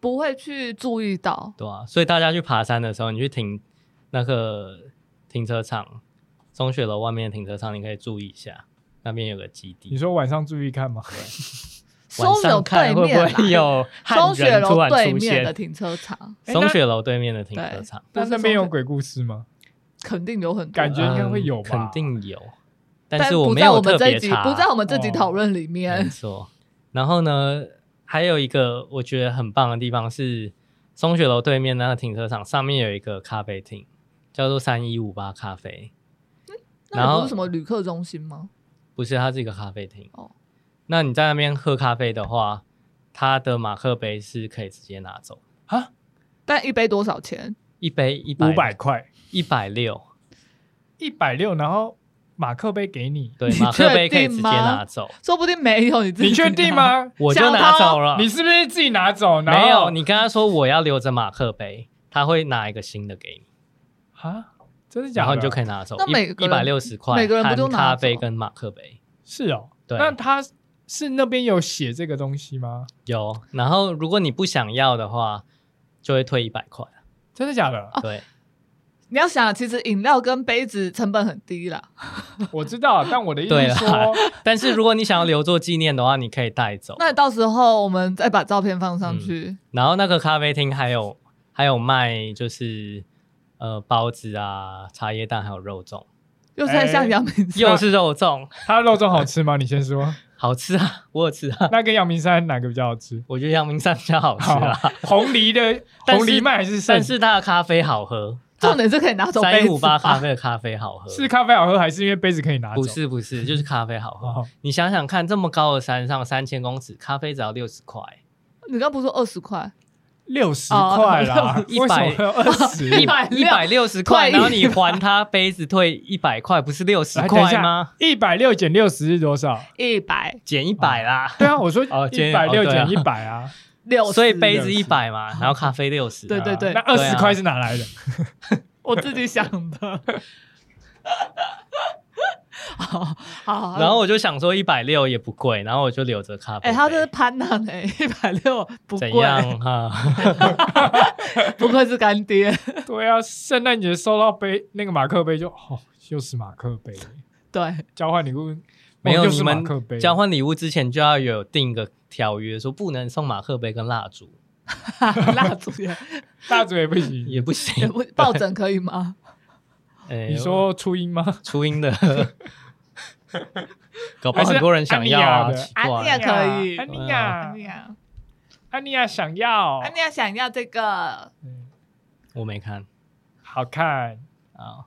[SPEAKER 2] 不会去注意到。
[SPEAKER 1] 对啊，所以大家去爬山的时候，你去停那个停车场，中学楼外面的停车场，你可以注意一下，那边有个基
[SPEAKER 3] 你
[SPEAKER 1] 地。
[SPEAKER 3] 说晚上注意看嘛，
[SPEAKER 1] 晚
[SPEAKER 2] 松柳
[SPEAKER 1] 上
[SPEAKER 2] 对
[SPEAKER 1] 看会
[SPEAKER 2] 面
[SPEAKER 1] 不会
[SPEAKER 2] 啦，
[SPEAKER 1] 有 汉
[SPEAKER 2] 松雪
[SPEAKER 1] 人突
[SPEAKER 2] 楼
[SPEAKER 1] 然
[SPEAKER 2] 对
[SPEAKER 1] 出
[SPEAKER 2] 面啊的
[SPEAKER 1] 现？
[SPEAKER 2] 停车场，
[SPEAKER 3] 诶
[SPEAKER 1] 松
[SPEAKER 3] 那
[SPEAKER 1] 雪楼对面的停车
[SPEAKER 2] 对
[SPEAKER 1] 场，
[SPEAKER 2] 不
[SPEAKER 3] 那
[SPEAKER 2] 是
[SPEAKER 3] 那边有
[SPEAKER 2] 松雪
[SPEAKER 3] 鬼故事吗？
[SPEAKER 2] 肯定有很多
[SPEAKER 3] 感觉应该会
[SPEAKER 1] 嗯
[SPEAKER 3] 有吧
[SPEAKER 1] 肯定有，但
[SPEAKER 2] 但
[SPEAKER 1] 是
[SPEAKER 2] 不
[SPEAKER 1] 没
[SPEAKER 2] 在
[SPEAKER 1] 有
[SPEAKER 2] 我
[SPEAKER 1] 特
[SPEAKER 2] 们这一
[SPEAKER 1] 别
[SPEAKER 2] 集，
[SPEAKER 1] 查，嗯
[SPEAKER 2] 不在我们这集
[SPEAKER 3] 哦
[SPEAKER 2] 讨论里面
[SPEAKER 1] 没。错。然后呢，还有一个我觉得很棒的地方是松雪楼对面那个停车场上面有一个咖啡厅，叫做三一五八咖啡。
[SPEAKER 2] 那
[SPEAKER 1] 然
[SPEAKER 2] 里
[SPEAKER 1] 后
[SPEAKER 2] 不是什么旅客中心吗？
[SPEAKER 1] 不是，它是一个咖啡厅。
[SPEAKER 2] 哦
[SPEAKER 1] 哦，那你在那边喝咖啡的话，它的马克杯是可以直接拿走，
[SPEAKER 3] 啊，
[SPEAKER 2] 但一杯多少钱？
[SPEAKER 1] 一杯一百
[SPEAKER 3] 五百块，
[SPEAKER 1] 一百六，
[SPEAKER 3] 一百六，然后马克杯给你，
[SPEAKER 1] 对
[SPEAKER 2] 你，
[SPEAKER 1] 马克杯可以
[SPEAKER 2] 确
[SPEAKER 1] 直
[SPEAKER 2] 定
[SPEAKER 1] 接
[SPEAKER 2] 吗
[SPEAKER 1] 拿走，
[SPEAKER 2] 说不定没有，你自己
[SPEAKER 3] 你确定？吗？
[SPEAKER 1] 我就
[SPEAKER 2] 想
[SPEAKER 1] 拿
[SPEAKER 2] 到
[SPEAKER 1] 走了。
[SPEAKER 3] 你是不是自己拿走？然后
[SPEAKER 1] 没有，你跟他说我要留着马克杯，他会拿一个新的给你。
[SPEAKER 3] 啊，真的假
[SPEAKER 1] 然
[SPEAKER 3] 的？
[SPEAKER 1] 后你就可以拿走
[SPEAKER 2] 那
[SPEAKER 1] 一
[SPEAKER 2] 每个
[SPEAKER 1] 一
[SPEAKER 2] 人
[SPEAKER 1] 百六十块，
[SPEAKER 2] 每个人不都
[SPEAKER 1] 含
[SPEAKER 2] 拿
[SPEAKER 1] 咖
[SPEAKER 2] 走啊
[SPEAKER 1] 啡跟马克杯
[SPEAKER 3] 是哦，
[SPEAKER 1] 对
[SPEAKER 3] 那他是那边有写这个东西吗？
[SPEAKER 1] 有。然后如果你不想要的话，就会退一百块。啊
[SPEAKER 3] 真的 假
[SPEAKER 2] 哦
[SPEAKER 3] 的？
[SPEAKER 1] 对，
[SPEAKER 2] 你要想，啊其实饮料跟杯子成本很低啦。
[SPEAKER 3] 我知道，但我的意思
[SPEAKER 1] 对
[SPEAKER 3] 是
[SPEAKER 1] 啦
[SPEAKER 3] 说，
[SPEAKER 1] 但是如果你想要留作纪念的话，你可以带走。
[SPEAKER 2] 那到时候我们再把照片放
[SPEAKER 1] 嗯
[SPEAKER 2] 上去。
[SPEAKER 1] 然后那个咖啡厅还有还有卖就是呃包子啊、茶叶蛋还有肉粽，
[SPEAKER 2] 又
[SPEAKER 3] 哎
[SPEAKER 2] 在像杨明山，
[SPEAKER 1] 又是肉粽，
[SPEAKER 3] 它的肉粽好吃吗？你 先说。
[SPEAKER 1] 好吃啊，我有吃啊，
[SPEAKER 3] 那跟阳明山哪个比较好吃？
[SPEAKER 1] 我觉得阳明山比较好吃啊，
[SPEAKER 3] 红梨的
[SPEAKER 1] 但是
[SPEAKER 3] 红梨麦还是
[SPEAKER 1] 但
[SPEAKER 3] 圣？
[SPEAKER 1] 是它的咖啡好喝，
[SPEAKER 2] 重点是可以拿走杯
[SPEAKER 1] 三
[SPEAKER 2] 子啊
[SPEAKER 1] 五八咖
[SPEAKER 2] 吧。
[SPEAKER 1] 啡的咖啡好喝，
[SPEAKER 3] 是咖啡好喝，还是因为杯子可以拿走？
[SPEAKER 1] 不是不是就是咖啡好喝。
[SPEAKER 3] 哦，
[SPEAKER 1] 你想想看，这么高的山上，三千公尺，咖啡只要六十块，
[SPEAKER 2] 你刚不是说二十块？
[SPEAKER 3] 六十块啦
[SPEAKER 1] 哦，
[SPEAKER 3] 为什么要二十？
[SPEAKER 1] 一百一百六十块，
[SPEAKER 2] 快一
[SPEAKER 1] 然后你还他杯子退一百块，不是六十
[SPEAKER 3] 来哎等一
[SPEAKER 1] 块
[SPEAKER 3] 下
[SPEAKER 1] 吗？
[SPEAKER 3] 一百六减六十是多少？
[SPEAKER 2] 一百
[SPEAKER 1] 减一百啦，
[SPEAKER 3] 对啊，我说
[SPEAKER 1] 哦
[SPEAKER 3] 一
[SPEAKER 1] 减
[SPEAKER 3] 百六
[SPEAKER 1] 哦对啊
[SPEAKER 3] 减一百啊，
[SPEAKER 2] 哦六，哦
[SPEAKER 1] 所以杯子
[SPEAKER 3] 60
[SPEAKER 1] 一百嘛，然后咖啡六十，啊
[SPEAKER 2] 对对对
[SPEAKER 3] 啊
[SPEAKER 2] 啊
[SPEAKER 3] 那二十块是哪来的？
[SPEAKER 2] 我自己想的。好好，好
[SPEAKER 1] 然后我就想说一百六也不贵，然后我就留着咖啡
[SPEAKER 2] 哎、
[SPEAKER 1] 杯。
[SPEAKER 2] 他这是潘娜呢，一百六不
[SPEAKER 1] 怎
[SPEAKER 2] 贵，
[SPEAKER 1] 样啊 哈？
[SPEAKER 2] 不愧是干爹。
[SPEAKER 3] 对啊，圣诞节收到杯那个马克杯就哦，又是马克杯，
[SPEAKER 2] 对，
[SPEAKER 3] 交换礼物
[SPEAKER 1] 没
[SPEAKER 3] 哦
[SPEAKER 1] 有
[SPEAKER 3] 又
[SPEAKER 1] 你
[SPEAKER 3] 是马
[SPEAKER 1] 们
[SPEAKER 3] 克杯，
[SPEAKER 1] 交换礼物之前就要有定个条约，说不能送马克杯跟蜡烛，
[SPEAKER 2] 蜡烛也
[SPEAKER 3] 大嘴也不行。
[SPEAKER 1] 也不
[SPEAKER 2] 也
[SPEAKER 1] 行。
[SPEAKER 2] 不抱枕可以吗？
[SPEAKER 1] 哎
[SPEAKER 3] 你说初音吗？
[SPEAKER 1] 初音 的，搞不好很多人想要啊
[SPEAKER 3] 还是，
[SPEAKER 1] 奇
[SPEAKER 2] 安妮
[SPEAKER 1] 怪
[SPEAKER 2] 亚的可以
[SPEAKER 3] 安妮
[SPEAKER 1] 嗯
[SPEAKER 2] 安
[SPEAKER 3] 亚，
[SPEAKER 2] 妮亚，
[SPEAKER 3] 安妮亚想要，
[SPEAKER 2] 安妮亚想要这个，
[SPEAKER 3] 嗯
[SPEAKER 1] 我没看
[SPEAKER 3] 好看，
[SPEAKER 1] 啊。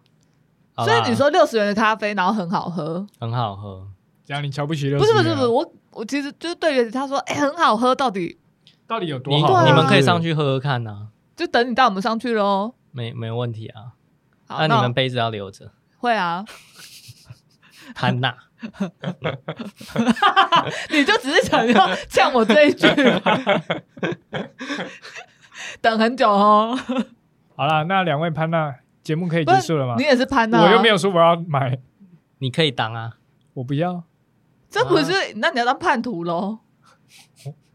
[SPEAKER 1] 好
[SPEAKER 2] 所
[SPEAKER 1] 啦
[SPEAKER 2] 以你说六十元的咖啡，然后很好喝，
[SPEAKER 1] 很好喝，
[SPEAKER 3] 这样你瞧不起六
[SPEAKER 2] 不
[SPEAKER 3] 十
[SPEAKER 2] 是
[SPEAKER 3] 元
[SPEAKER 2] 不
[SPEAKER 3] 啊？
[SPEAKER 2] 是不是，我我其实就是对于他说，哎、很好喝，到底
[SPEAKER 3] 到底有多
[SPEAKER 1] 你
[SPEAKER 3] 好喝？
[SPEAKER 2] 对啊
[SPEAKER 1] 你们可以上去喝喝看呐，
[SPEAKER 2] 就等你带我们上去喽。
[SPEAKER 1] 没没问题啊。
[SPEAKER 2] 好，
[SPEAKER 1] 那你
[SPEAKER 2] 我
[SPEAKER 1] 们杯子要留着，
[SPEAKER 2] 会啊？
[SPEAKER 1] 潘娜。
[SPEAKER 2] 你就只是想要呛我这一句吧，等很久哦。
[SPEAKER 3] 好啦，那两位潘娜，节目可以
[SPEAKER 2] 不
[SPEAKER 3] 结
[SPEAKER 2] 是
[SPEAKER 3] 束了吗
[SPEAKER 2] 你？也是潘娜、啊
[SPEAKER 3] 我又没，有说我要买，
[SPEAKER 1] 你可以当啊，
[SPEAKER 3] 我不要，
[SPEAKER 2] 这不是？那你要当叛徒喽？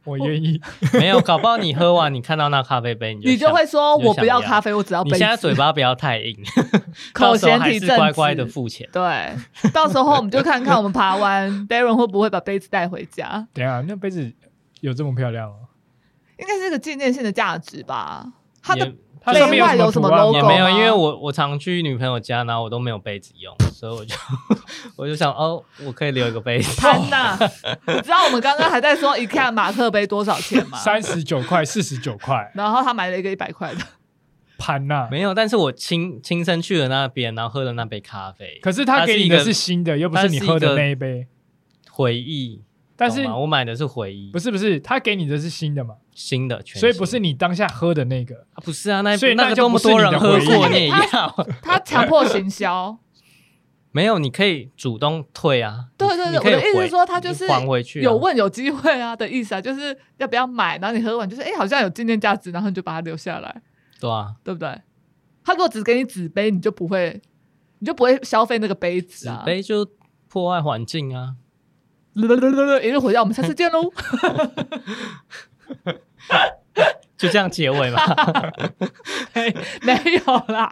[SPEAKER 3] 我愿意。
[SPEAKER 1] 没有，搞不好你喝完，你看到那咖啡杯，你就
[SPEAKER 2] 你就
[SPEAKER 1] 想
[SPEAKER 2] 会说
[SPEAKER 1] 你就
[SPEAKER 2] 我不要
[SPEAKER 1] 想要
[SPEAKER 2] 咖啡，我只要杯
[SPEAKER 1] 你
[SPEAKER 2] 子。
[SPEAKER 1] 现在嘴巴不要太 硬，
[SPEAKER 2] 口嫌
[SPEAKER 1] 还
[SPEAKER 2] 体
[SPEAKER 1] 是
[SPEAKER 2] 正
[SPEAKER 1] 乖乖的
[SPEAKER 2] 直
[SPEAKER 1] 付钱。
[SPEAKER 2] 对，到时候我们就看看我们爬完 Darren 会不会把杯子带回家，
[SPEAKER 3] 等一下，那杯子有这么漂亮哦 吗？
[SPEAKER 2] 应该是个纪念性的价值吧。它的
[SPEAKER 1] 也
[SPEAKER 3] 它上面
[SPEAKER 2] 杯外有
[SPEAKER 3] 什
[SPEAKER 2] 什
[SPEAKER 3] 么
[SPEAKER 2] 么
[SPEAKER 3] 图案
[SPEAKER 2] logo
[SPEAKER 1] 也
[SPEAKER 3] 吗？
[SPEAKER 1] 没有，
[SPEAKER 2] 吗
[SPEAKER 1] 因为我我常去女朋友家，然后我都没有杯子用，所以我就 我就想哦，我可以留一个杯子。
[SPEAKER 2] 潘娜，你知道我们刚刚还在说一看马克杯多少钱吗？
[SPEAKER 3] 三十九块、四十九块，
[SPEAKER 2] 然后他买了一个一百块的，
[SPEAKER 3] 潘娜。
[SPEAKER 1] 没有，但是我亲亲身去了那边，然后喝了那杯咖啡，
[SPEAKER 3] 可是他给
[SPEAKER 1] 它是一
[SPEAKER 3] 你的
[SPEAKER 1] 个
[SPEAKER 3] 是新的，又不是你喝的那一杯。
[SPEAKER 1] 回忆。
[SPEAKER 3] 但是
[SPEAKER 1] 懂吗我买的是回忆，
[SPEAKER 3] 不是不是，他给你的是新的嘛，
[SPEAKER 1] 新的，全新
[SPEAKER 3] 所以不是你当下喝的那个。
[SPEAKER 1] 啊不是啊，那
[SPEAKER 3] 所以那
[SPEAKER 1] 那个
[SPEAKER 3] 就
[SPEAKER 1] 这
[SPEAKER 3] 不
[SPEAKER 1] 么
[SPEAKER 3] 是你
[SPEAKER 1] 多
[SPEAKER 3] 的
[SPEAKER 1] 人喝
[SPEAKER 3] 回忆
[SPEAKER 1] 过，你也要。
[SPEAKER 2] 他强迫行销。
[SPEAKER 1] 没有，你可以主动退啊。
[SPEAKER 2] 对
[SPEAKER 1] 你
[SPEAKER 2] 对
[SPEAKER 1] 你
[SPEAKER 2] 对，我
[SPEAKER 1] 可以
[SPEAKER 2] 的意思
[SPEAKER 1] 回
[SPEAKER 2] 是说，他就是
[SPEAKER 1] 你还回去啊、
[SPEAKER 2] 有问有机会啊的意思啊， 就是要不要买，然后你喝完就是哎、好像有纪念价值，然后你就把它留下来，
[SPEAKER 1] 对啊，
[SPEAKER 2] 对不对？他如果只给你纸杯，你就不会，你就不会消费那个杯子
[SPEAKER 1] 纸
[SPEAKER 2] 啊。
[SPEAKER 1] 杯就破坏环境啊。
[SPEAKER 2] 也就回到我们下次 见喽。
[SPEAKER 1] 就这样结尾嘛。
[SPEAKER 2] 没有啦，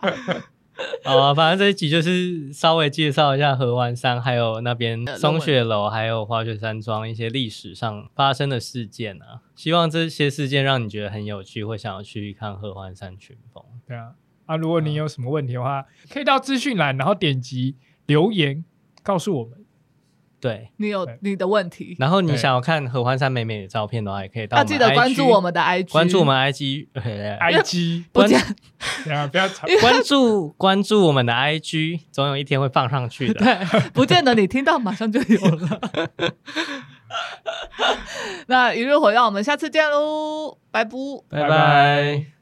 [SPEAKER 1] 好啊，反正这一集就是稍微介绍一下河湾山，还有那边
[SPEAKER 2] 呃
[SPEAKER 1] 松雪楼，还有滑雪山庄一些历史上发生的事件啊。希望这些事件让你觉得很有趣，会想要去看合欢山群峰。
[SPEAKER 3] 对啊，啊，如果你有什么问题的话，可以到资讯栏，然后点击留言告诉我们。
[SPEAKER 1] 对，
[SPEAKER 2] 你有
[SPEAKER 3] 对
[SPEAKER 2] 你的问题，
[SPEAKER 1] 然后你
[SPEAKER 3] 对
[SPEAKER 1] 想要看合欢山美美的照片的话，也可以到
[SPEAKER 2] 要
[SPEAKER 1] 我们
[SPEAKER 2] 啊记得关
[SPEAKER 1] IG
[SPEAKER 2] 注我，们的 IG，
[SPEAKER 1] 关注我。们 IG，哎
[SPEAKER 3] IG，
[SPEAKER 2] 不
[SPEAKER 1] 关
[SPEAKER 2] 见
[SPEAKER 3] 对啊，不要吵。
[SPEAKER 1] 关注关注我们的 IG，总有一天会放上去的。
[SPEAKER 2] 对，不见得你听到马上就有了。 那一日火药，我们下次见喽，拜拜。
[SPEAKER 1] 拜拜
[SPEAKER 3] 拜拜。